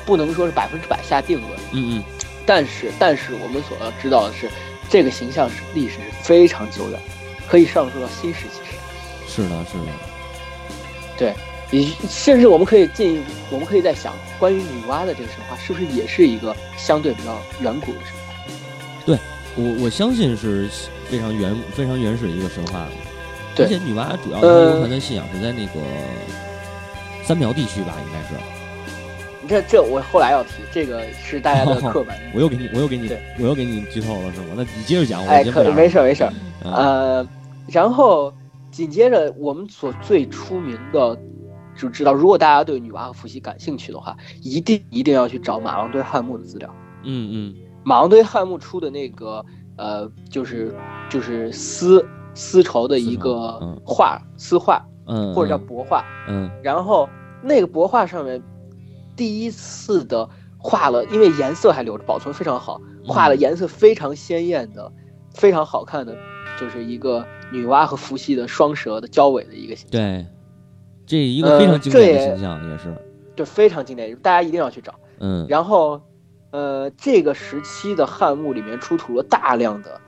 不能说是百分之百下定论。
嗯嗯
但是，但是我们所要知道的是，这个形象是历史是非常久远，可以上溯到新石器时代。
是的是的，
也甚至我们可以进一步，我们可以在想，关于女娲的这个神话，是不是也是一个相对比较远古的神话？
我我相信是非常原非常原始的一个神话，
对
而且女娲主要她
呃
流传的信仰是在那个三苗地区吧，应该是。
你这这我后来要提，这个是大家的刻板。
*laughs* 我又给你，我又给你
对，
我又给你剧透了是吗？那你接着讲，我
哎，
先不
可以，
讲。
没事儿没事儿。
啊，
呃，然后紧接着我们所最出名的，就知道，如果大家对女娲和伏羲感兴趣的话，一定一定要去找马王堆汉墓的资料。
嗯嗯
马王堆汉墓出的那个，呃，就是就是丝丝绸的一
丝绸
个
嗯
画丝画，
嗯，
或者叫帛画。
嗯
然后那个帛画上面，第一次的画了，因为颜色还留着，保存非常好，
嗯
画了颜色非常鲜艳的、非常好看的，就是一个女娲和伏羲的双蛇的交尾的一个形象，
对，这一
呃
个非常经典的形象也是，
就非常经典，大家一定要去找。
嗯
然后，呃，这个时期的汉墓里面出土了大量的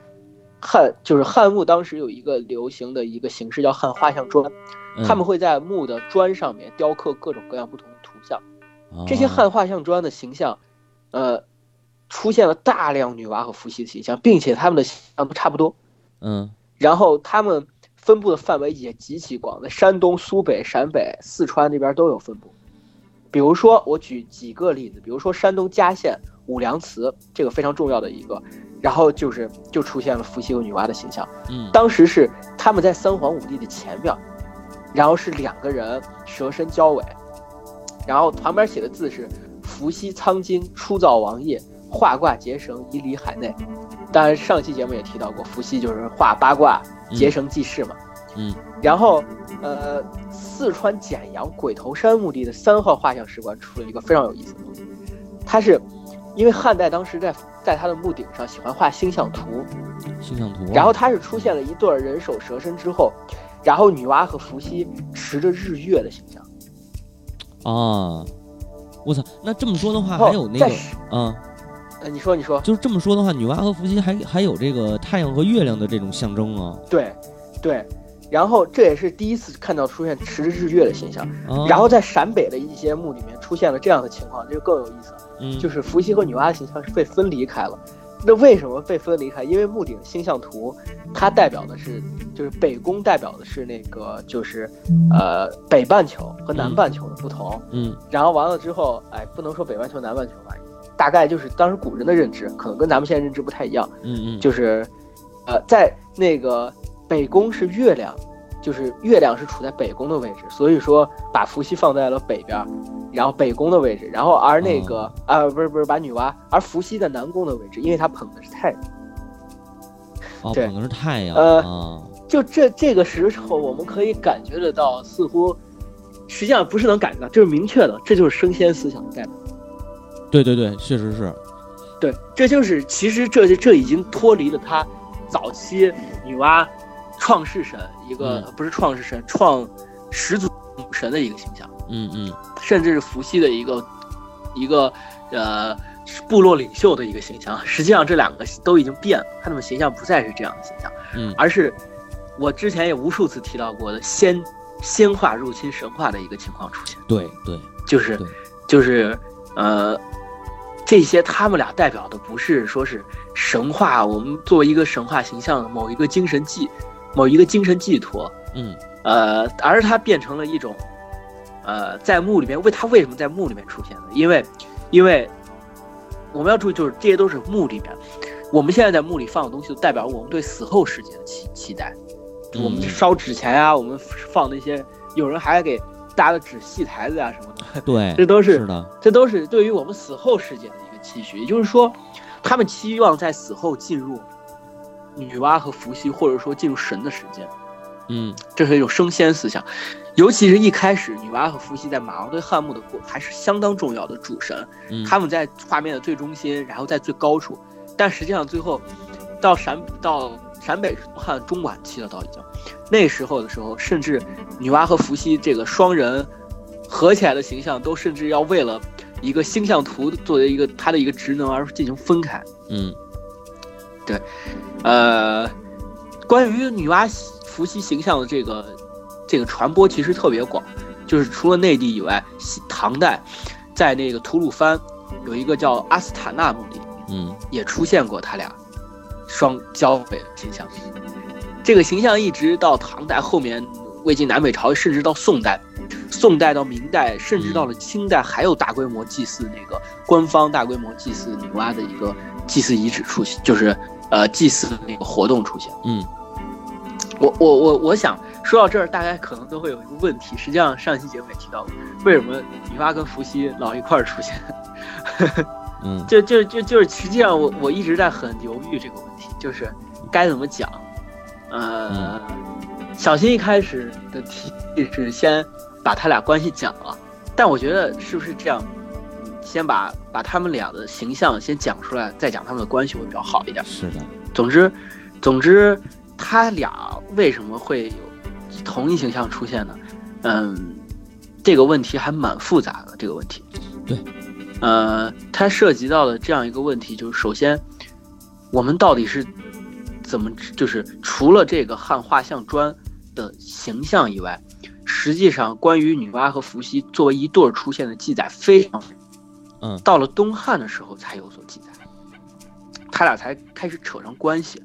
汉，就是汉墓当时有一个流行的一个形式叫汉画像砖，
嗯，
他们会在墓的砖上面雕刻各种各样不同的图像。这些
啊
汉画像砖的形象，呃，出现了大量女娲和伏羲的形象，并且他们的形象都差不多。
嗯
然后他们分布的范围也极其广，在山东、苏北、陕北、四川那边都有分布。比如说，我举几个例子，比如说山东嘉县五粮祠，这个非常重要的一个，然后就是就出现了伏羲和女娲的形象。
嗯
当时是他们在三皇五帝的前面，然后是两个人蛇身交尾，然后旁边写的字是“伏羲苍经初造王业，画卦结绳以理海内”。
嗯
当然，上期节目也提到过，伏羲就是画八卦、结绳记事嘛。
嗯
然后，呃，四川简阳鬼头山墓地的三号画像石棺出了一个非常有意思的东西，它是因为汉代当时在在它的墓顶上喜欢画星象图，
嗯形象图，
然后它是出现了一对儿人首蛇身之后，然后女娲和伏羲持着日月的形象。
啊，我操，那这么说的话，
然后
还有那
在
个，
石
嗯
呃，你说，你说，
就是这么说的话，女娲和伏羲还还有这个太阳和月亮的这种象征啊。
对，对。然后这也是第一次看到出现迟日月的现象。
啊
然后在陕北的一些墓里面出现了这样的情况，这就更有意思了。
嗯
就是伏羲和女娲的形象是被分离开了。那为什么被分离开？因为墓顶星象图，它代表的是，就是北宫代表的是那个，就是，呃，北半球和南半球的不同。
嗯
然后完了之后，哎，不能说北半球、南半球吧，大概就是当时古人的认知，可能跟咱们现在认知不太一样。
嗯嗯，
就是，呃，在那个北宫是月亮，就是月亮是处在北宫的位置，所以说把伏羲放在了北边儿，然后北宫的位置，然后而那个啊、呃不是不是把女娲，而伏羲在南宫的位置，因为他捧的是太阳。
哦，
对
捧的是太阳
呃
啊。
就这这个时候，我们可以感觉得到，似乎实际上不是能感觉到，就是明确的，这就是升仙思想的代表。
对对对，确实是。
对，这就是其实这这已经脱离了他早期女娲创世神一个、不是创世神创始祖神的一个形象，
嗯嗯
甚至是伏羲的一个一个呃部落领袖的一个形象。实际上这两个都已经变了，他们的形象不再是这样的形象，
嗯
而是我之前也无数次提到过的仙仙化入侵神话的一个情况出现，
对对，
就是
对
就是呃这些他们俩代表的不是说是神话，我们作为一个神话形象的某一个精神寄，某一个精神寄托，
嗯
呃，而它变成了一种，呃，在墓里面为它为什么在墓里面出现呢？因为，因为我们要注意，就是这些都是墓里面，我们现在在墓里放的东西，就代表我们对死后世界的期期待。
嗯
我们烧纸钱啊，我们放那些，有人还给搭了纸戏台子啊什么的，
对，
*laughs* 这都是
是的。
这都是对于我们死后世界的一个期许，也就是说，他们期望在死后进入女娲和伏羲，或者说进入神的世界，
嗯
这是一种升仙思想。尤其是一开始，女娲和伏羲在马王堆汉墓的过还是相当重要的主神，
嗯，
他们在画面的最中心，然后在最高处，但实际上最后到陕到陕北汉中晚期了，到已经那时候的时候，甚至女娲和伏羲这个双人合起来的形象，都甚至要为了一个星象图作为一个它的一个职能而进行分开。
嗯
呃，关于女娲伏羲形象的这个这个传播其实特别广，就是除了内地以外，西唐代在那个吐鲁番有一个叫阿斯塔纳墓地，
嗯
也出现过他俩双交尾的形象。这个形象一直到唐代后面，魏晋南北朝，甚至到宋代，宋代到明代，甚至到了清代，还有大规模祭祀那个官方大规模祭祀女娲的一个祭祀遗址出现，就是呃祭祀的那个活动出现。
嗯，
我我我我想说到这儿，大家可能都会有一个问题，实际上上期节目也提到过，为什么女娲跟伏羲老一块儿出现？
嗯
就就就就是，实际上我我一直在很犹豫这个问题，就是该怎么讲。呃，小新一开始的提议是先把他俩关系讲了，但我觉得是不是这样，嗯先把把他们俩的形象先讲出来，再讲他们的关系会比较好一点。
是的。
总之，总之，他俩为什么会有同一形象出现呢？嗯，这个问题还蛮复杂的。这个问题，
对，
呃，它涉及到了这样一个问题，就是首先，我们到底是怎么，就是除了这个汉画像砖的形象以外，实际上关于女娲和伏羲作为一对儿出现的记载非常，
嗯
到了东汉的时候才有所记载。他俩才开始扯上关系，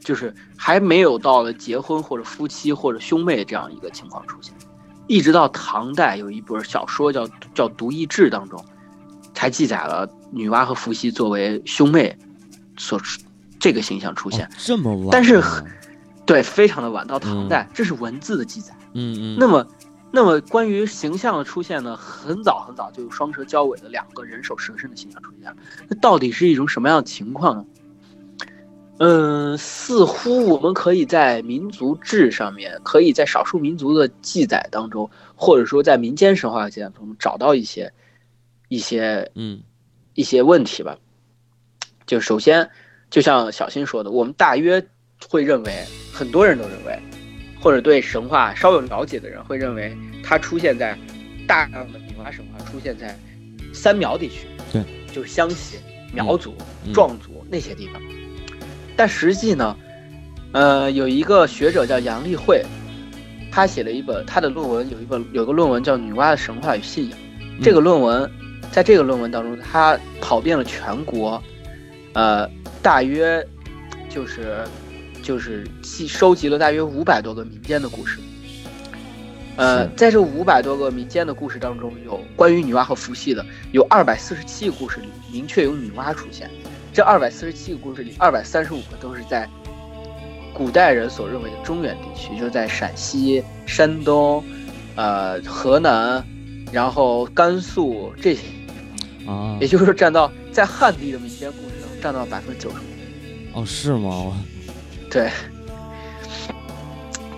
就是还没有到了结婚或者夫妻或者兄妹这样一个情况出现，一直到唐代有一本小说叫叫《独异志》当中，才记载了女娲和伏羲作为兄妹所出这个形象出现
哦。这么晚啊，
但是对，非常的晚，到唐代，这是文字的记载。
嗯嗯，
那么，那么关于形象的出现呢，很早很早就有双蛇交尾的两个人首蛇身的形象出现了。那到底是一种什么样的情况呢？嗯，似乎我们可以在民族志上面，可以在少数民族的记载当中，或者说在民间神话的记载中找到一些一些
嗯
一些问题吧。就首先，就像小新说的，我们大约会认为，很多人都认为，或者对神话稍有了解的人会认为，它出现在大量的女娲神话出现在三苗地区，
对，
就是湘西，苗族、
嗯
壮族那些地方。但实际呢，呃，有一个学者叫杨立慧，他写了一本他的论文，有一本有个论文叫《女娲的神话与信仰》。这个论文，在这个论文当中，他跑遍了全国，呃，大约就是就是记收集了大约五百多个民间的故事。呃
是，
在这五百多个民间的故事当中，有关于女娲和伏羲的，有二百四十七个故事里明确有女娲出现。这二百四十七个故事里，二百三十五个都是在古代人所认为的中原地区，就是在陕西、山东、呃河南，然后甘肃这些，
啊
也，就是说占到在汉地的民间故事当中占到百分之九十五。
哦，是吗？我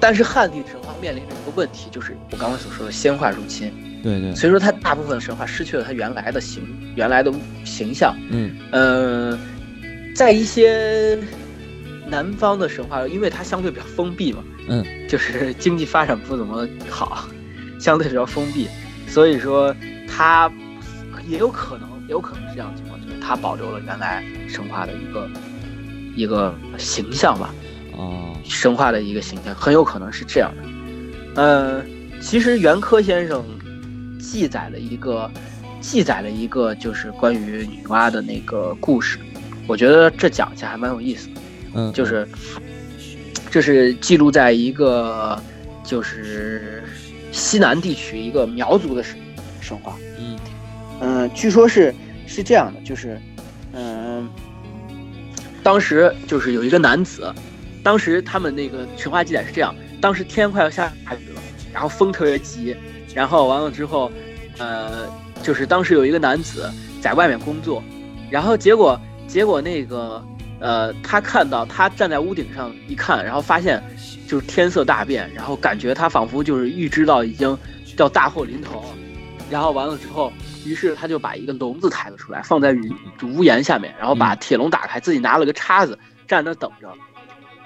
但是汉地神话面临着一个问题，就是我刚才所说的仙化入侵，
对对，
所以说它大部分神话失去了它原来的形原来的形象。
嗯
嗯，在一些南方的神话，因为它相对比较封闭嘛，
嗯，
就是经济发展不怎么好，相对比较封闭，所以说它也有可能，也有可能是这样的情况，就是它保留了原来神话的一个一个形象吧，
哦，
神话的一个形象，很有可能是这样的。呃，其实袁科先生记载了一个，记载了一个就是关于女娲的那个故事，我觉得这讲一下还蛮有意思的，
嗯，
就是这是记录在一个就是西南地区一个苗族的神神话，
嗯
嗯，据说是是这样的，就是，嗯，当时就是有一个男子，当时他们那个神话记载是这样，当时天快要下雨了，然后风特别急，然后完了之后，呃，就是当时有一个男子在外面工作，然后结果结果那个呃，他看到他站在屋顶上一看，然后发现就是天色大变，然后感觉他仿佛就是预知到已经要大祸临头了，然后完了之后，于是他就把一个笼子抬了出来，放在屋屋檐下面，然后把铁笼打开，自己拿了个叉子站那等着，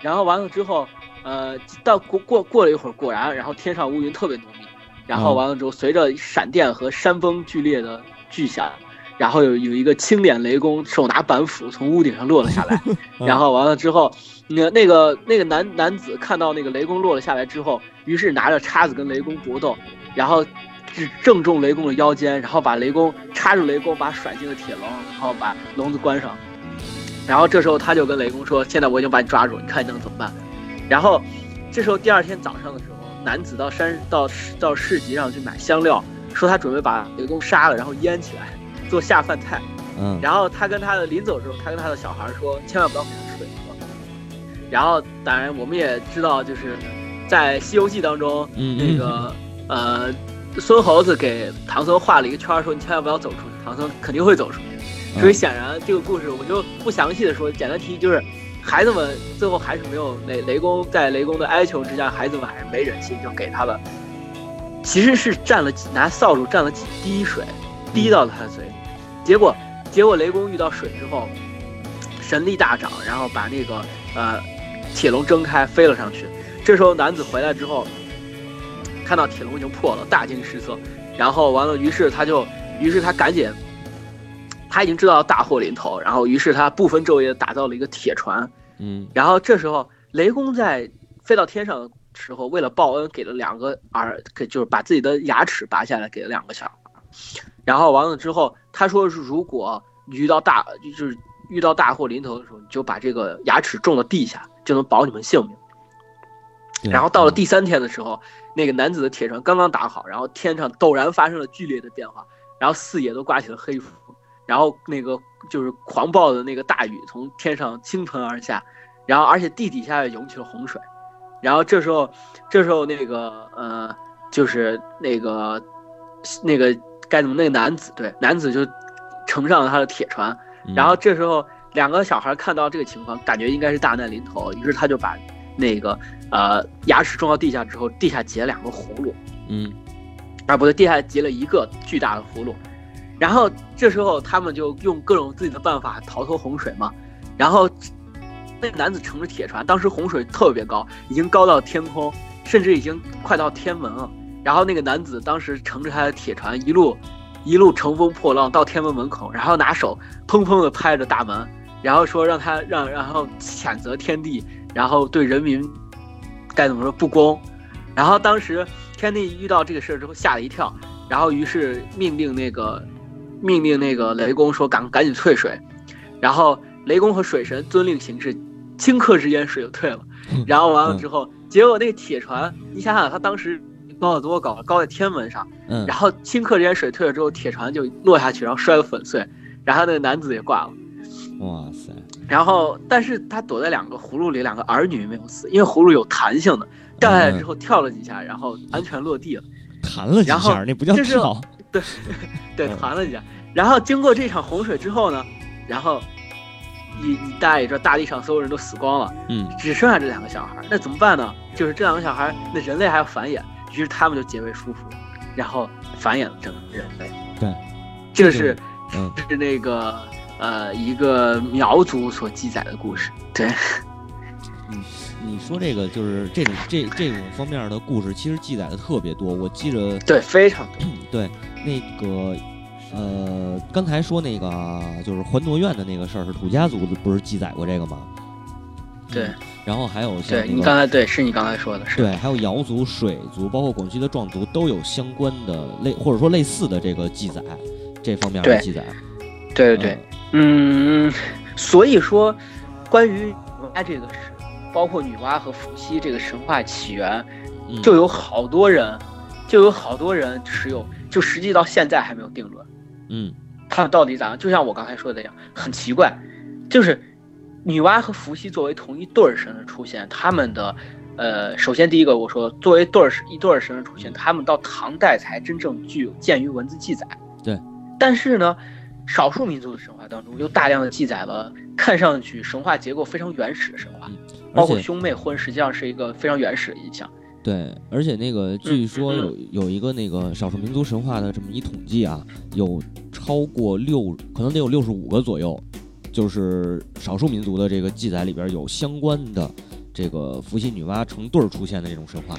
然后完了之后，呃，到过过过了一会儿，果然，然后天上乌云特别浓密，然后
嗯
完了之后，随着闪电和山崩剧烈的巨响。然后有有一个青脸雷公手拿板斧从屋顶上落了下来，
嗯
然后完了之后，那那个那个男男子看到那个雷公落了下来之后，于是拿着叉子跟雷公搏斗，然后只正中雷公的腰间，然后把雷公插住雷公，把甩进了铁笼，然后把笼子关上。然后这时候他就跟雷公说：“现在我已经把你抓住，你看你能怎么办？”然后这时候第二天早上的时候，男子到山到市到市集上去买香料，说他准备把雷公杀了，然后腌起来做下饭菜。
嗯，
然后他跟他的临走之后，他跟他的小孩说，千万不要给他水喝。然后当然我们也知道，就是在《西游记》当中，
嗯
那个呃，孙猴子给唐僧画了一个呃圈儿，说你千万不要走出去，唐僧肯定会走出去。所以显然这个故事我就不详细的说，简单提就是，孩子们最后还是没有雷雷公在雷公的哀求之下，孩子们还是没忍心，就给他了，其实是蘸了几拿扫帚蘸了几滴水，滴到了他的嘴里，结果结果雷公遇到水之后，神力大涨，然后把那个呃铁笼挣开飞了上去。这时候男子回来之后，看到铁笼已经破了，大惊失色。然后完了，于是他就，于是他赶紧，他已经知道大祸临头，然后于是他不分昼夜地打造了一个铁船。
嗯
然后这时候雷公在飞到天上的时候，为了报恩，给了两个耳，给就是把自己的牙齿拔下来，给了两个小孩。然后完了之后，他说是如果遇到大就是遇到大祸临头的时候，你就把这个牙齿种到地下，就能保你们性命。
对
然后到了第三天的时候，那个男子的铁船刚刚打好，然后天上陡然发生了剧烈的变化，然后四野都刮起了黑风，然后那个就是狂暴的那个大雨从天上倾盆而下，然后而且地底下也涌起了洪水，然后这时候，这时候那个呃，就是那个那个该怎么那个男子对男子就乘上了他的铁船，
嗯
然后这时候两个小孩看到这个情况，感觉应该是大难临头，于是他就把那个呃牙齿撞到地下之后，地下结两个葫芦，
嗯
啊不对，地下结了一个巨大的葫芦。然后这时候他们就用各种自己的办法逃脱洪水嘛。然后那个男子乘着铁船，当时洪水特别高，已经高到天空，甚至已经快到天门了。然后那个男子当时乘着他的铁船一路一路乘风破浪到天安门门口，然后拿手砰砰的拍着大门，然后说让他让然后谴责天帝，然后对人民该怎么说不公。然后当时天帝遇到这个事儿之后吓了一跳，然后于是命令那个命令那个雷公说赶赶紧退水，然后雷公和水神遵令行事，顷刻之间水就退了。然后完了之后，结果那个铁船，你想想他当时高有多高，高在天门上，
嗯，
然后顷刻之间水退了之后，铁船就落下去，然后摔得粉碎，然后那个男子也挂了。
哇塞，
然后，但是他躲在两个葫芦里，两个儿女没有死，因为葫芦有弹性的，掉下来
嗯
之后跳了几下，然后安全落地了。
弹了几
然后
下，那不叫
这是
跳，
对，
嗯
弹了一下。然后经过这场洪水之后呢，然后你你大家也知道，大地上所有人都死光了，
嗯，
只剩下这两个小孩儿，那怎么办呢？就是这两个小孩儿，那人类还要繁衍，于是他们就结为夫妇，然后繁衍了整个人类。
对，
这是
嗯，
这是那个呃一个苗族所记载的故事。对，
你说这个就是这种这这种方面的故事，其实记载的特别多。我记着
对，非常对，
对那个呃，刚才说那个啊就是还挪院的那个事儿，是土家族的，不是记载过这个吗？
对
嗯然后还有像
对
那
你
个
刚才对，是你刚才说的，是
对，还有瑶族、水族，包括广西的壮族，都有相关的类或者说类似的这个记载，这方面的
对
记载。
对对对，嗯，所以说，关于女娲这个神，包括女娲和伏羲这个神话起源，
嗯，
就有好多人，就有好多人持有，就实际到现在还没有定论，
嗯
他们到底咋样？就像我刚才说的那样，很奇怪，就是女娲和伏羲作为同一对儿神的出现，他们的。呃，首先第一个我说，作为对儿神一对儿神的出现，他们到唐代才真正具有见于文字记载。
对，
但是呢，少数民族的神话当中又大量的记载了看上去神话结构非常原始的神话，
嗯，而
包括
且
兄妹婚实际上是一个非常原始的印象。
对，而且那个据说
嗯
有有一个那个少数民族神话的这么一统计啊，有超过六，可能得有六十五个左右，就是少数民族的这个记载里边有相关的这个伏羲、女娲成对儿出现的这种神话。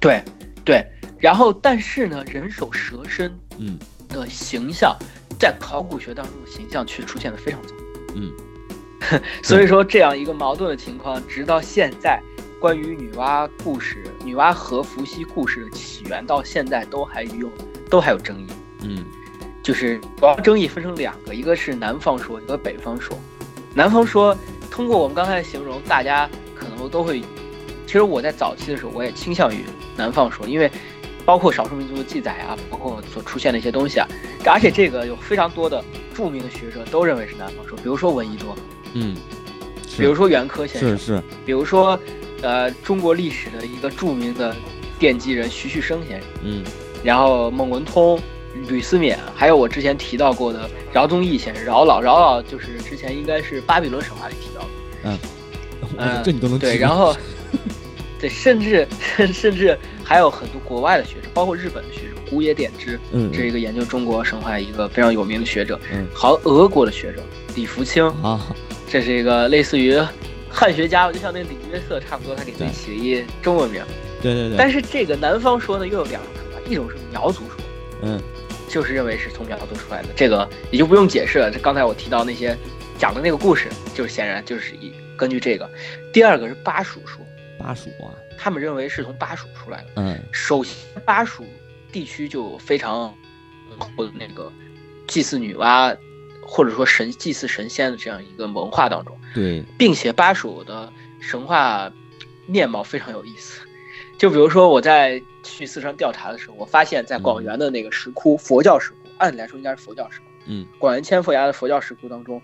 对，对。然后，但是呢，人首蛇身，
嗯，
的形象在考古学当中的形象却出现的非常早。
嗯，
*laughs* 所以说这样一个矛盾的情况，直到现在，关于女娲故事、女娲和伏羲故事的起源，到现在都还有都还有争议。
嗯
就是主要争议分成两个，一个是南方说，一个北方说。南方说，通过我们刚才的形容，大家可能都会，其实我在早期的时候，我也倾向于南方说，因为包括少数民族的记载啊，包括所出现的一些东西啊，而且这个有非常多的著名的学者都认为是南方说，比如说闻一多，
嗯，
比如说袁科先
是
生，
是
比如说呃中国历史的一个著名的奠基人徐旭升先生。
嗯
然后孟文通、吕思勉，还有我之前提到过的饶宗义先生，饶老，饶老就是之前应该是巴比伦神话里提到的， *laughs* 嗯
这你都能
对，
记住
然后，对，甚至 *laughs* 甚至还有很多国外的学者，包括日本的学者，古野典之，
嗯
这是一个研究中国神话一个非常有名的学者，
嗯
还有俄国的学者李福清，
啊
这是一个类似于汉学家，就像那个李约瑟差不多，他给自己
对
起了一中文名。
对对对，
但是这个南方说呢，又有两种说法，一种是苗族说。
嗯
就是认为是从苗族出来的，这个也就不用解释了。这刚才我提到那些讲的那个故事，就是显然就是以根据这个。第二个是巴蜀说，
巴蜀啊，
他们认为是从巴蜀出来的。
嗯
首先，巴蜀地区就有非常厚的那个祭祀女娲，或者说神祭祀神仙的这样一个文化当中，
对，
并且巴蜀的神话面貌非常有意思。就比如说我在去四川调查的时候，我发现在广元的那个石窟，佛教石窟，按理来说应该是佛教石窟。
嗯
广元千佛崖的佛教石窟当中，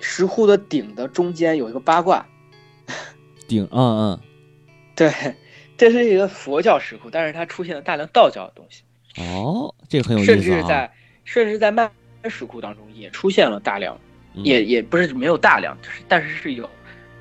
石窟的顶的中间有一个八卦，
顶嗯
对，这是一个佛教石窟，但是它出现了大量道教的东西，
嗯哦，这个很有
甚
意思
至
啊，
在甚至在曼谷石窟当中也出现了大量，
嗯
也也不是没有大量，就是但是是有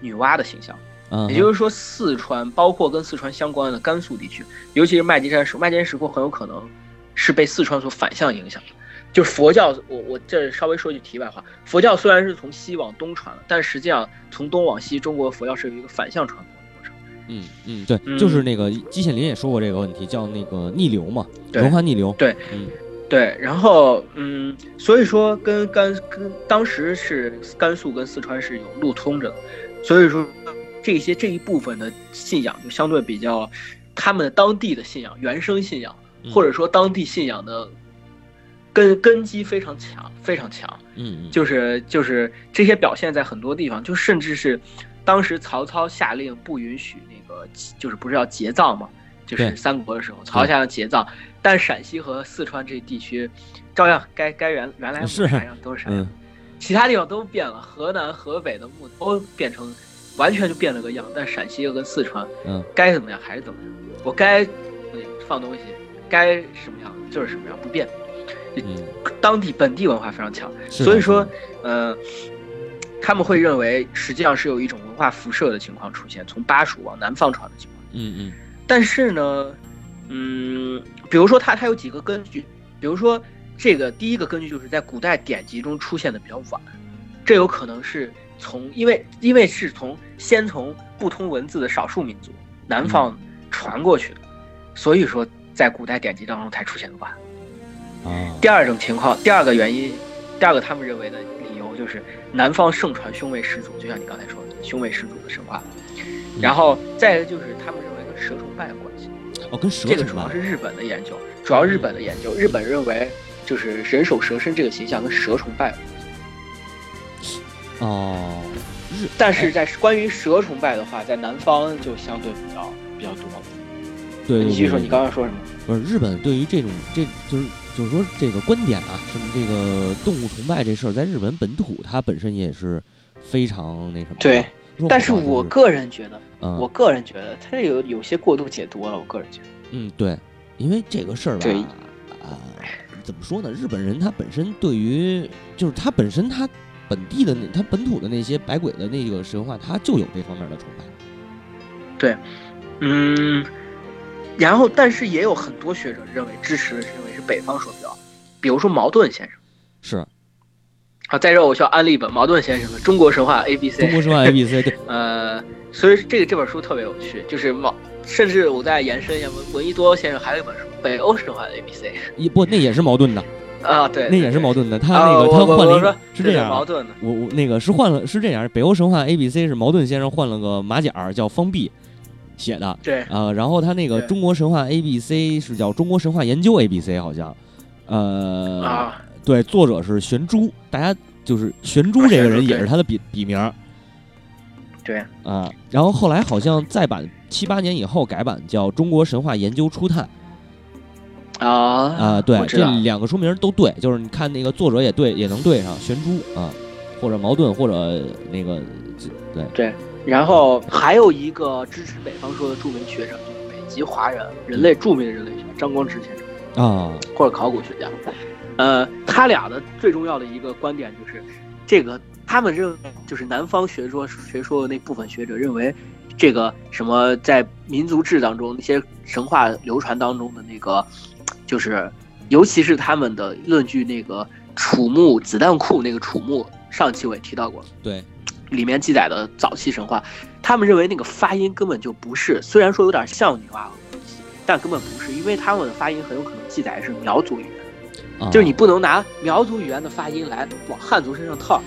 女娲的形象。
嗯
也就是说，四川包括跟四川相关的甘肃地区，尤其是麦积山石窟，麦积山石窟很有可能是被四川所反向影响的。就是佛教，我我这稍微说句题外话，佛教虽然是从西往东传的，但实际上从东往西，中国佛教是有一个反向传播的过程。
嗯嗯，对，
嗯
就是那个季羡林也说过这个问题，叫那个逆流嘛，
对
文化逆流。
对，
嗯
对，然后嗯，所以说跟甘跟当时是甘肃跟四川是有路通着的，所以说这些这一部分的信仰就相对比较他们当地的信仰、原生信仰，
嗯
或者说当地信仰的根根基非常强，非常强。
嗯嗯，
就是就是这些表现在很多地方，就甚至是当时曹操下令不允许那个，就是不是要节葬嘛，就
对
是三国的时候，曹操下令节葬，但陕西和四川这地区照样该该原原来
是
啥样都是啥样，
嗯
其他地方都变了，河南、河北的墓都变成完全就变了个样，但陕西和四川
嗯
该怎么样还是怎么样，我该放东西，该什么样就是什么样，不变。
嗯，
当地本地文化非常强。
是的
所以说
是的，
呃，他们会认为实际上是有一种文化辐射的情况出现，从巴蜀往南方传的情况。
嗯嗯
但是呢，嗯，比如说它它有几个根据，比如说这个第一个根据就是在古代典籍中出现的比较晚，这有可能是从因为因为是从先从不通文字的少数民族南方传过去的，所以说在古代典籍当中才出现的晚。
啊，
第二种情况，第二个原因，第二个他们认为的理由就是南方盛传兄妹始祖，就像你刚才说的兄妹始祖的神话。然后再一个就是他们认为跟蛇崇拜有关系，
哦，跟蛇
这个
崇
主要
拜
是日本的研究，主要日本的研究，日本认为就是人首蛇身这个形象跟蛇崇拜有关系，
哦，日
但是在关于蛇崇拜的话，在南方就相对比较比较多。
对对
你继续说，
对
你刚刚说什么？
不是日本对于这种这就是就是说这个观点啊，什么这个动物崇拜这事儿，在日本本土它本身也是非常那什么的。
对
弱化的，
但是我
就是
个人觉得，
嗯
我个人觉得他这有有些过度解读了，我个人觉得。
嗯，对，因为这个事儿吧，
对
啊、怎么说呢？日本人他本身对于，就是他本身他本地的那他本土的那些百鬼的那个神话，他就有这方面的崇拜。
嗯，然后但是也有很多学者认为支持认为是北方说教，比如说茅盾先生。
是
好，在这儿我需要安利一本茅盾先生的《中国神话 A B
中
C》。
国神
*laughs*
话 A B C，对，
呃，所以这个这本书特别有趣，就是茅，甚至我再延伸一下，闻闻一多先生还有一本书《北欧神话 A B C
也不那也是矛盾的，》
啊，对，
那也是矛
盾。
盾的。他
啊，
那个
我
他
我
换了
我
一
说
个，是这样
矛
啊。
盾的。
我我那个是换了是这样，北欧神话 A B C 是矛盾先生换了个马甲儿叫方弼写的，
对
呃，然后他那个
对
中国神话 A B C 是叫中国神话研究 A B C 好像，呃，
啊，
对，作者是玄珠，大家就是玄珠这个人也是他的笔笔名儿
对，
啊。然后后来好像再版七八年以后改版叫《中国神话研究初探》
啊
啊，对
我，知
这
道。
两个书名都对，就是你看那个作者也对，也能对上玄珠啊，或者矛盾，或者那个对，
然后还有一个支持北方说的著名学者，就是美籍华人、人类著名的人类学家张光直先生，
啊，
或者考古学家。呃，他俩的最重要的一个观点就是，这个他们认为就是南方学说学说的那部分学者认为，这个什么在民族志当中那些神话流传当中的那个，就是尤其是他们的论据那个楚墓子弹库那个楚墓，上期我也提到过，
对，
里面记载的早期神话，他们认为那个发音根本就不是，虽然说有点像女娲，但根本不是，因为他们的发音很有可能记载的是苗族语言，
啊
就是你不能拿苗族语言的发音来往汉族身上套，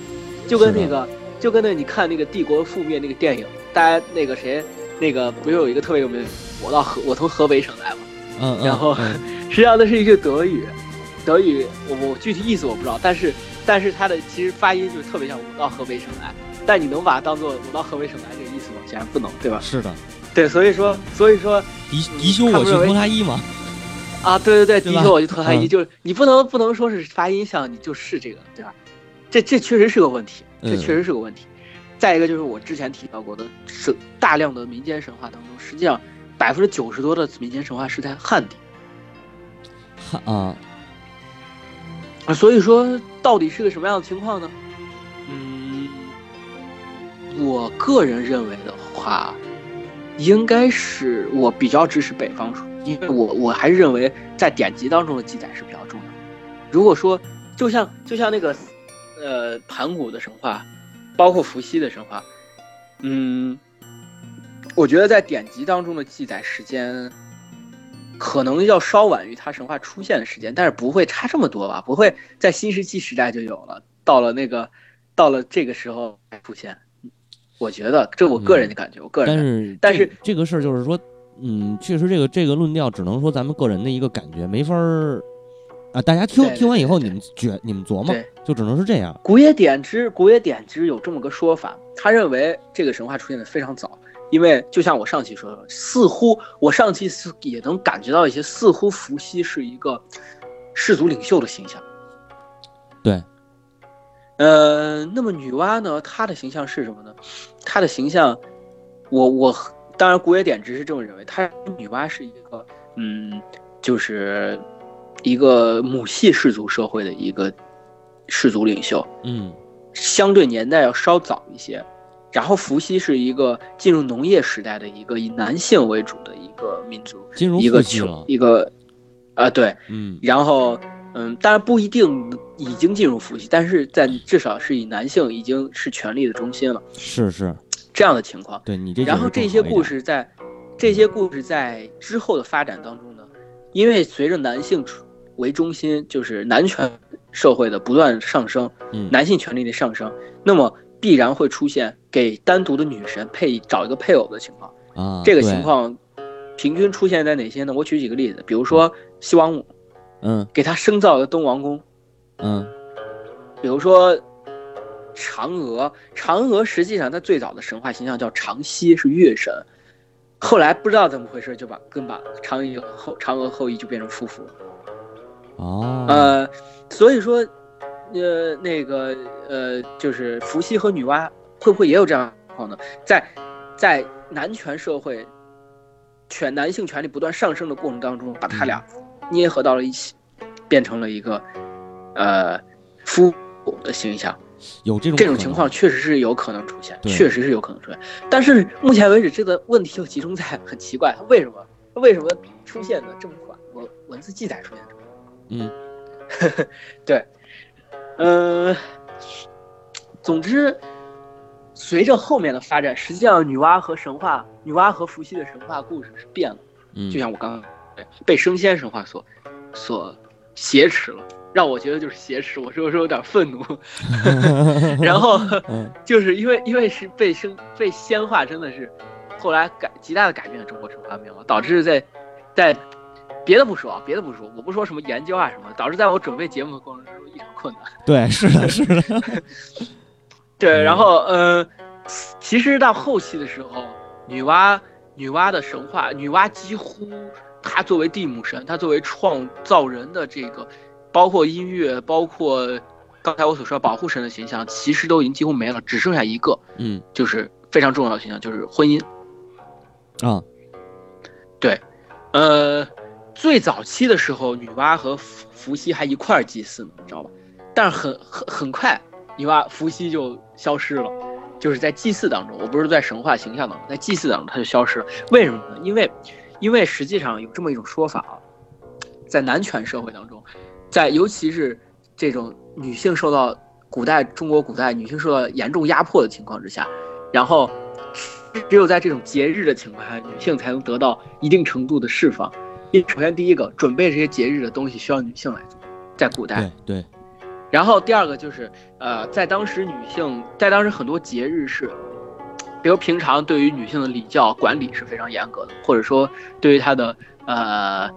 就跟那个就跟那你看那个帝国覆灭那个电影，大家那个谁那个不是有一个特别有名的，我到河我从河北省来嘛，
嗯，嗯
然后
嗯
*laughs* 实际上那是一句德语，德语我我具体意思我不知道，但是但是它的其实发音就是特别像我到河北省来，但你能把它当做我到河北省来这个意思吗？显然不能，对吧？
是的，
对，所以说所以说
敌
嗯
敌修
他
我
们
去
认为
脱他衣嘛， *laughs*
啊，对对对，
对
的
吧
确我就特含疑，
嗯
就是你不能不能说是发音像，你就是这个，对吧？这这确实是个问题，这
嗯
确实是个问题。再一个就是我之前提到过的，是大量的民间神话当中，实际上百分之九十多的民间神话是在汉地。
哈啊，
啊，所以说到底是个什么样的情况呢？嗯，我个人认为的话，应该是我比较支持北方说，因为我我还是认为在典籍当中的记载是比较重要的。如果说就像就像那个呃盘古的神话，包括伏羲的神话，嗯，我觉得在典籍当中的记载时间，可能要稍晚于它神话出现的时间，但是不会差这么多吧？不会在新石器时代就有了，到了那个，到了这个时候才出现。我觉得这我个人的感觉，我个人
嗯但
感觉。
是
但是
这这个事儿就是说，嗯，确实这个这个论调只能说咱们个人的一个感觉，没法儿啊。大家听
对对
听完以后，
对
你们觉你们琢磨
对，
就只能是这样。
古野典之，古野典之有这么个说法，他认为这个神话出现的非常早，因为就像我上期说的，似乎我上期似也能感觉到一些，似乎伏羲是一个氏族领袖的形象。
对，
呃，那么女娲呢？她的形象是什么呢？她的形象，我我当然古野典之是这么认为，她女娲是一个嗯，就是一个母系氏族社会的一个氏族领袖。
嗯
相对年代要稍早一些。然后伏羲是一个进入农业时代的一个以男性为主的一个民族，
金融
一
复
个
习
穷
了
一个，啊、对，
嗯
然后嗯，当然不一定已经进入伏羲，但是在至少是以男性已经是权力的中心了
是是，
这样的情况。
对你这
然后
解
这
释
些
更好一
故
点，
事在，这些故事在之后的发展当中呢，因为随着男性主为中心，就是男权社会的不断上升，
嗯
男性权利的上升，那么必然会出现给单独的女神配找一个配偶的情况。
啊，
这个
对
情，况平均出现在哪些呢？我举几个例子，比如说西王母
嗯
给他生造了东王公，
嗯
比如说嫦娥，嫦娥实际上她最早的神话形象叫长息，是月神。后来不知道怎么回事，就把跟把嫦娥后嫦娥后裔就变成夫妇了。
哦，
呃，所以说，呃，那个呃，就是伏羲和女娲会不会也有这样的情况呢？在在男权社会，权男性权力不断上升的过程当中，把他俩
嗯
捏合到了一起，变成了一个呃夫妇的形象。
有这种
这种
可
情
能
况确实是有可能出现，
对
确实是有可能出现。但是目前为止，这个问题又集中在很奇怪，为什么为什么出现的这么晚？文文字记载出现的这么晚？
嗯，
对，呃，总之，随着后面的发展，实际上女娲和神话，女娲和伏羲的神话故事是变了，
嗯
就像我刚刚对被升仙神话所所挟持了。让我觉得就是挟持，我说我说有点愤
*laughs*
怒，然后
嗯
就是因为因为是被生被仙化，真的是后来改极大的改变了中国神话面貌，导致在在别的不说啊，别的不说，我不说什么研究啊什么，导致在我准备节目的过程中异常困难。
对是的是的，
对，
嗯
然后呃，其实到后期的时候，女娲女娲的神话，女娲几乎她作为地母神，她作为创造人的这个，包括音乐，包括刚才我所说的保护神的形象，其实都已经几乎没了，只剩下一个。
嗯
就是非常重要的形象，就是婚姻。
啊
呃，最早期的时候，女娲和伏伏羲还一块儿祭祀呢，你知道吧？但是很很很快，女娲伏羲就消失了，就是在祭祀当中，我不是在神话形象当中，在祭祀当中他就消失了。为什么呢？因为，因为实际上有这么一种说法啊，在男权社会当中，在尤其是这种女性受到古代中国古代女性受到严重压迫的情况之下，然后只有在这种节日的情况下，女性才能得到一定程度的释放。因为首先第一个，准备这些节日的东西需要女性来做，在古代
对。对
然后第二个就是，呃，在当时女性，在当时很多节日是，比如平常对于女性的礼教管理是非常严格的，或者说对于她的呃，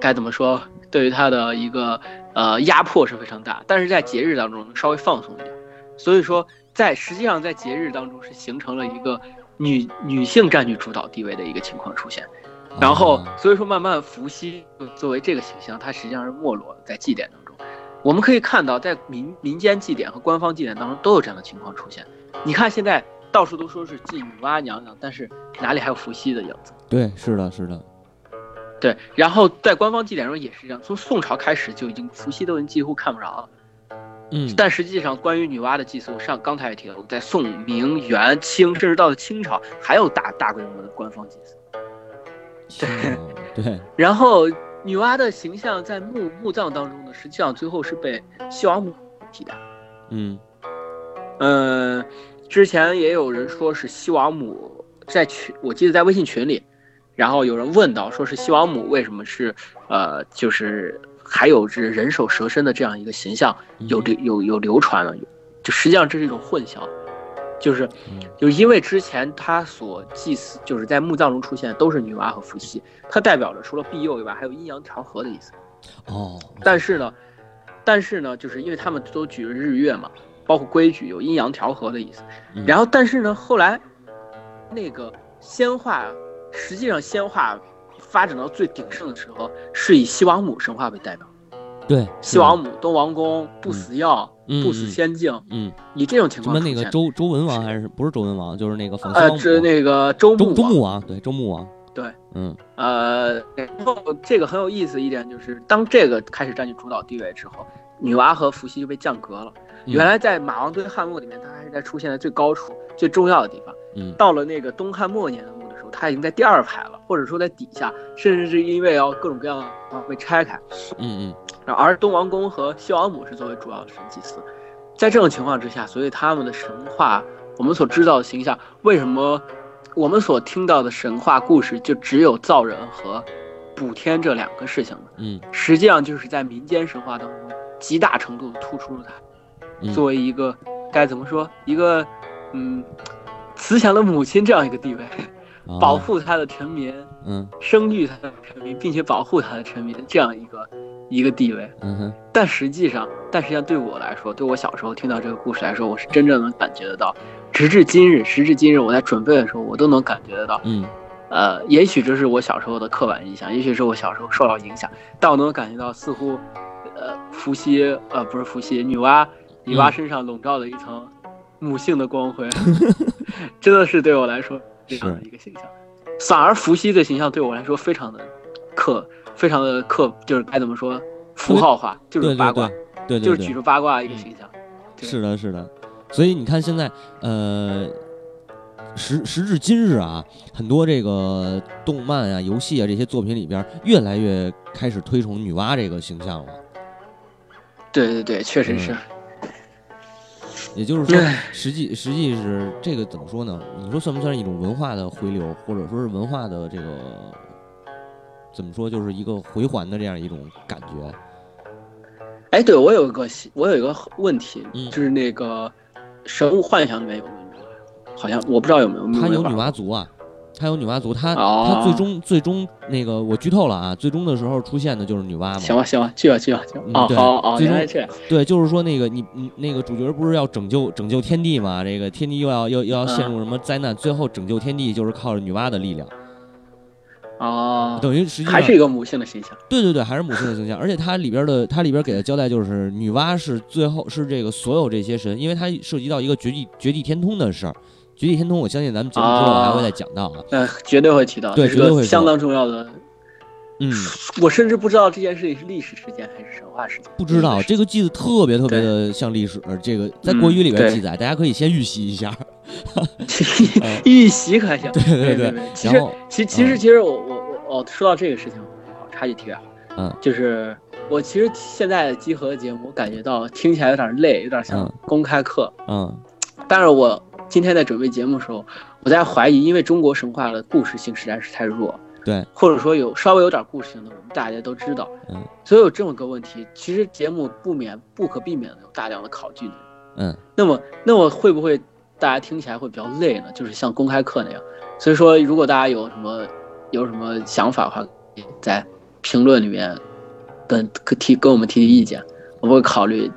该怎么说，对于她的一个呃压迫是非常大，但是在节日当中稍微放松一点，所以说在实际上在节日当中是形成了一个女女性占据主导地位的一个情况出现。然后
啊
所以说慢慢伏羲就作为这个形象，它实际上是没落在祭典当中。我们可以看到，在民民间祭典和官方祭典当中都有这样的情况出现。你看现在到处都说是祭女娲娘娘，但是哪里还有伏羲的影子？
对是的是的，
对，然后在官方祭典中也是这样，从宋朝开始就已经伏羲都已经几乎看不着了。
嗯
但实际上，关于女娲的祭祀，上刚才也提到过，在宋、明、元、清，甚至到了清朝，还有大大规模的官方祭祀。
是的
*laughs*
对
然后女娲的形象在墓墓葬当中呢，实际上最后是被西王母替代。呃
嗯
嗯，之前也有人说是西王母在群，我记得在微信群里，然后有人问到，说是西王母为什么是呃，就是还有是人首蛇身的这样一个形象，
嗯
有流有有流传了，就实际上这是一种混淆，就是
嗯
就是因为之前他所祭祀，就是在墓葬中出现的都是女娲和伏羲，它代表着除了庇佑以外，还有阴阳调和的意思。
哦，
但是呢，但是呢，就是因为他们都举了日月嘛，包括规矩有阴阳调和的意思
嗯。
然后，但是呢，后来那个仙化，实际上仙化发展到最鼎盛的时候，是以西王母神话为代表，
嗯对
西王母、东王公、不死药、
嗯
不死
嗯
仙境，
嗯，
以这种情
什
况
么
出
那
现。
个周周文王还是不是周文王，就是那个冯
呃，
王
这那个周
周
穆
周
王
穆王，对周穆王，
对，
嗯
呃，然后这个很有意思一点就是，当这个开始占据主导地位之后，女娲和伏羲就被降格了。
嗯
原来在马王堆汉墓里面，它还是在出现在最高处、最重要的地方。
嗯
到了那个东汉末年的墓的时候，它已经在第二排了，或者说在底下，甚至是因为要各种各样的啊被拆开。
嗯
然后而东王公和西王母是作为主要的神祭司。在这种情况之下，所以他们的神话，我们所知道的形象，为什么我们所听到的神话故事就只有造人和补天这两个事情呢？
嗯
实际上就是在民间神话当中，极大程度地突出了它
嗯，
作为一个该怎么说，一个嗯慈祥的母亲这样一个地位，
嗯，
保
啊
护她的臣民，
嗯
生育她的臣民，并且保护她的臣民这样一个一个地位。
嗯哼
但实际上，但实际上对我来说，对我小时候听到这个故事来说，我是真正能感觉得到。直至今日，时至今日，我在准备的时候，我都能感觉得到。
嗯
呃，也许这是我小时候的刻板印象，也许是我小时候受到影响，但我能感觉到，似乎，呃，伏羲，呃，不是伏羲，女娲，女娲
嗯
身上笼罩了一层母性的光辉， *laughs* 真的是对我来说这样的一个形象。反而伏羲的形象对我来说非常的刻，非常的刻，就是该怎么说，符号化，就
对
是
对
八卦
对，对对，
就是
对嗯
举出八卦一个形象。对
是的，是的。所以你看，现在呃，时时至今日啊，很多这个动漫啊、游戏啊这些作品里边，越来越开始推崇女娲这个形象了。
对对对，确
嗯
实是。
也就是说
唉，
实际实际是这个怎么说呢？你说算不算是一种文化的回流，或者说是文化的这个怎么说，就是一个回环的这样一种感觉？
哎，对我有一个西我有一个问题，
嗯
就是那个《神物幻想》里面有没有女娲？好像我不知道有没有。
他有
没
女
玩
娲族啊，他有女娲族，他
哦
他最终最终那个我剧透了啊，最终的时候出现的就是女娲嘛。
行吧，行吧，去吧，去吧，去吧。
嗯
哦，
对
好，哦，
最
原
终
来这样。
对，就是说那个你你那个主角不是要拯救拯救天地嘛？这个天地又要又又要陷入什么灾难？
嗯
最后拯救天地就是靠着女娲的力量，
哦，
等于实际上
还是一个母性的形象。
对对对，还是母亲的形象。而且它里边的它里边给的交代就是，女娲是最后是这个所有这些神，因为它涉及到一个绝地绝地天通的事儿。绝地天通，我相信咱们节目之后还会再讲到啊。
呃，绝对会提到，
对
这是
绝对
个
会说
相当重要的。
嗯，
我甚至不知道这件事情是历史事件还是神话事件。
不知道啊
历史事
这个记得特别特别的像历史，呃这个在国语里边
嗯对
记载，大家可以先预习一下。
*laughs* 件一席可想。对
嗯对
对
对
其
然
实
后
其其实
嗯
其实我我我哦，说到这个事情，好插句题外话，
嗯，
就是我其实现在集合的节目，我感觉到听起来有点累，有点像
嗯
公开课，
嗯
但是我今天在准备节目的时候，我在怀疑，因为中国神话的故事性实在是太弱，
对，
或者说有稍微有点故事性的，我们大家都知道，
嗯，
所以有这么个问题，其实节目不免不可避免的有大量的考据内容。
嗯
那么，那么会不会大家听起来会比较累呢？就是像公开课那样。所以说，如果大家有什么有什么想法的话，在评论里面跟跟提跟我们提提意见，我们会考虑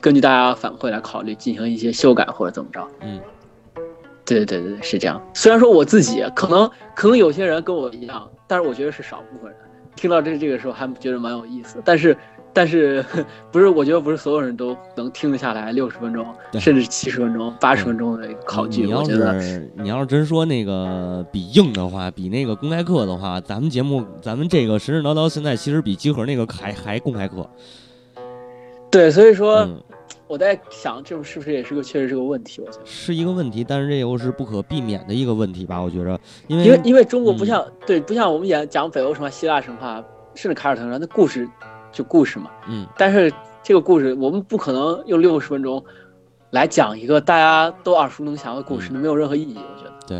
根据大家反馈来考虑进行一些修改或者怎么着。
嗯，
对对对对，是这样。虽然说我自己可能可能有些人跟我一样，但是我觉得是少部分人听到这这个时候还觉得蛮有意思，但是。但是 *laughs* 不是？我觉得不是所有人都能听得下来六十分钟，
对嗯
甚至七十分钟、八十分钟的一个考据。
你要
我觉得
是你要是真说那个比硬的话，比那个公开课的话，咱们节目咱们这个神神叨叨现在其实比集合那个还还公开课。
对，所以说、
嗯，
我在想，这种是不是也是个确实是个问题？我觉得，
是一个问题，但是这又是不可避免的一个问题吧？我觉着，因为
因为因为中国不
嗯
像、对，不像我们演讲北欧神话、希腊神话，甚至凯尔特人神话，那故事就故事嘛。
嗯
但是这个故事，我们不可能用六十分钟来讲一个大家都耳熟能详的故事，
嗯
那没有任何意义。我觉得，
对，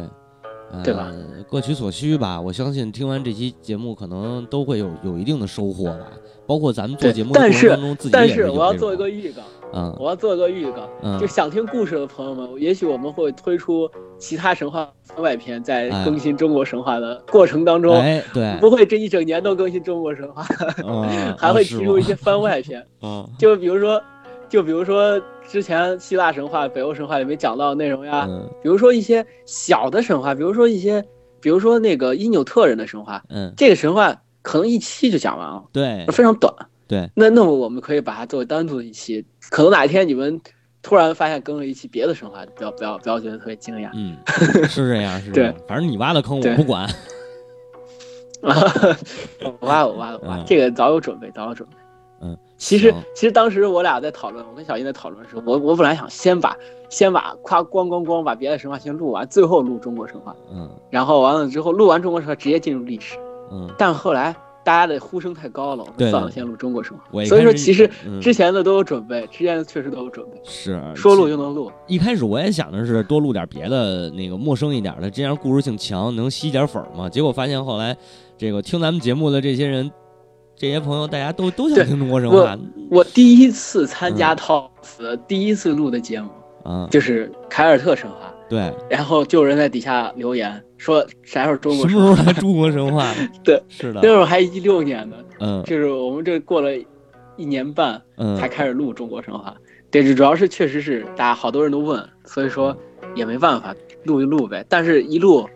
哎、
对吧
呃各取所需吧。我相信听完这期节目，可能都会有有一定的收获吧。包括咱们做
对
节目的过
但
程
是
当中，自己
但
也
是
有
我要
这
做一
种
个预告，
嗯
我要做一个预告，
嗯
就想听故事的朋友们，也许我们会推出其他神话番外篇，在
哎
更新中国神话的过程当中，
哎对，
不会这一整年都更新中国神话， *laughs*
嗯
还会提出一些番外篇。
啊
就比如说，就比如说之前希腊神话、北欧神话里面讲到的内容呀，
嗯
比如说一些小的神话，比如说一些，比如说那个因纽特人的神话，
嗯
这个神话可能一期就讲完了，
对
非常短。
对，
那那么我们可以把它作为单独的一期，可能哪一天你们突然发现更了一期别的神话，不要不要不要觉得特别惊讶。
嗯是这样是这
对
样，反正你挖的坑我
对
不管，
*laughs* 我挖我挖我挖
嗯，
哦这个早有准备，早有准备。
嗯，
其实
行
其实当时我俩在讨论，我跟小英在讨论的时候，我我本来想先把先把夸咣咣咣把别的神话先录完，最后录中国神话，
嗯
然后完了之后录完中国神话直接进入历史。
嗯，
但后来大家的呼声太高了，我
对
们算
对
了，先录中国神话。
我一
所以
开
说，
始
其实
嗯
之前的都有准备，之前的确实都有准备，
是
说录
其
就能录。
一开始我也想着是多录点别的，那个陌生一点的，这样故事性强，能吸点粉儿嘛。结果发现后来，这个听咱们节目的这些人，这些朋友，大家都都想
对
听中国神话。
我第一次参加 TOPS，、第一次录的节目
嗯，
就是凯尔特神话，
对，
然后就有人在底下留言说啥时候中
什
国
么
神
时
话
候来中国神话？
*laughs* 对，
是的
*laughs* 那，会儿还一六年呢，
嗯
就是我们这过了一年半才
嗯，
开始录中国神话。对，主要是确实是大家好多人都问，所以说也没办法录就录呗。但是一录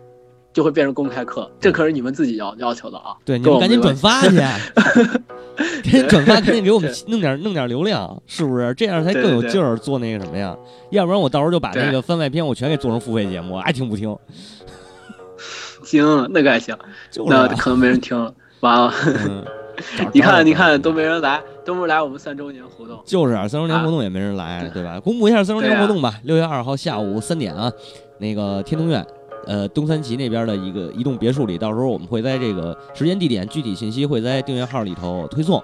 就会变成公开课，这可是你们自己要要求
*laughs*
的啊。
对，你
跟
们
我
赶紧
没
转
关系
发去，啊
*laughs*
赶紧转发，赶紧给我们
对
弄点弄点流量，是不是？这样才
对
更有
对对
劲儿做那个什么呀？要不然我到时候就把
对
那个番外篇我全给做成付费节目，爱听不听，
行，那个还行，
就是
*laughs* 那
啊。
可能没人听了。完了， *laughs*
嗯，找
你
找
看，你
找
看，都没人来，都没人来我们三周年活动。
就是啊，三周年
啊
活动也没人来，
对
对吧？公布一下三周年
对啊嗯
活动吧，六、月二号下午三点啊，那个天通苑，呃，东三旗那边的一个一栋别墅里，到时候我们会在这个时间、地点、具体信息会在订阅号里头推送，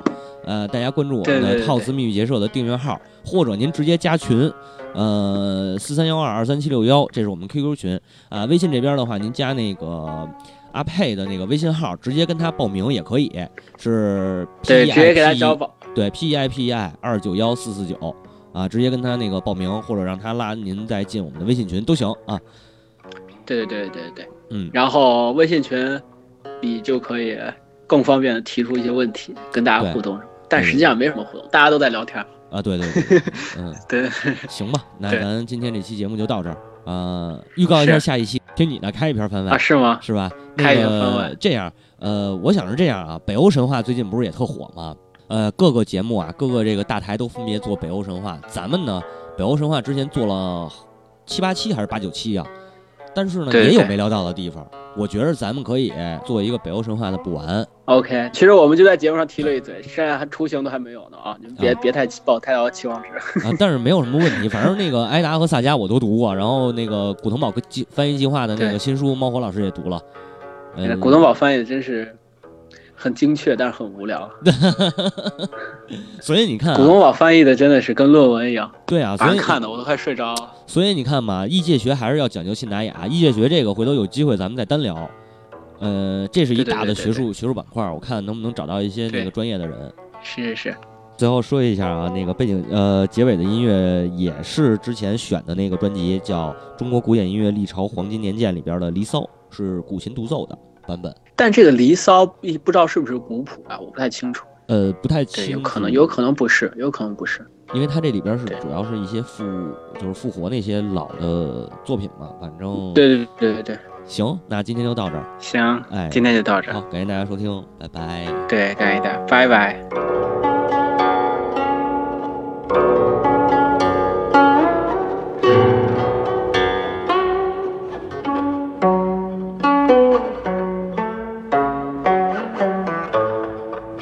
呃，大家关注我们
对对
的
对
套词密语结社的订阅号，或者您直接加群，呃，四三幺二二三七六幺，这是我们 QQ 群啊、微信这边的话，您加那个。阿佩的那个微信号，直接跟他报名也可以，是 P E
对，直接给
I
他
P
交保。
对，P E I P E I 二九幺四四九啊，直接跟他那个报名，或者让他拉您再进我们的微信群都行啊。
对对对对对。
嗯，
然后微信群里就可以更方便的提出一些问题，跟大
对嗯
家互动。但实际上没什么互动，大家都在聊天。
啊，对对
*laughs*
对，对嗯，
对，
行吧，那
对
咱今天这期节目就到这儿。呃，预告一下
是
下一期，听你的开一篇番外、
*laughs* 啊，是吗？
是吧？那
开一篇番
个
外
这样，呃，我想是这样啊，北欧神话最近不是也特火吗？呃，各个节目啊，各个这个大台都分别做北欧神话，咱们呢，北欧神话之前做了七八期还是八九期啊，但是呢，
对
也有
对
没聊到的地方。我觉得咱们可以做一个北欧神话的补完，
OK，其实我们就在节目上提了一嘴，现在还雏形都还没有呢啊！你们别、
啊
别太抱太高期望值。
啊，但是没有什么问题。反正那个埃达和萨迦我都读过，然后那个古腾堡计翻译计划的那个
对
新书，猫火老师也读了。嗯，
古东堡翻译的真是很精确，但是很无聊。
所以你看、
古
啊，
东堡翻译的真的是跟论文一样，
对啊，所
难
以
看的我都快睡着了。
所以你看嘛，异界学还是要讲究信达雅。异界学这个，回头有机会咱们再单聊。呃，这是一
对对
大的
对对
学术学术板块，我看能不能找到一些那
对
个专业的人。
是是是，
最后说一下啊，那个背景呃，结尾的音乐也是之前选的那个专辑，叫《中国古典音乐历朝黄金年鉴》里边的《离骚》，是古琴独奏的版本。
但这个《离骚》不不知道是不是古谱啊，我不太清楚。
呃，不太
对，
清
有
楚，
可能，有可能不是，有可能不是。
因为它这里边是
对
主要是一些复，就是复活那些老的作品嘛。反正，
对对对对对，
行，那今天就到这儿，
行，
哎，
今天就到这
好
儿。，
感谢大家收听，拜拜。
对，感谢大家，拜拜。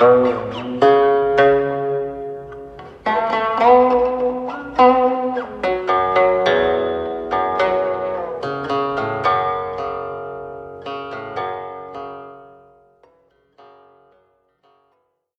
Thank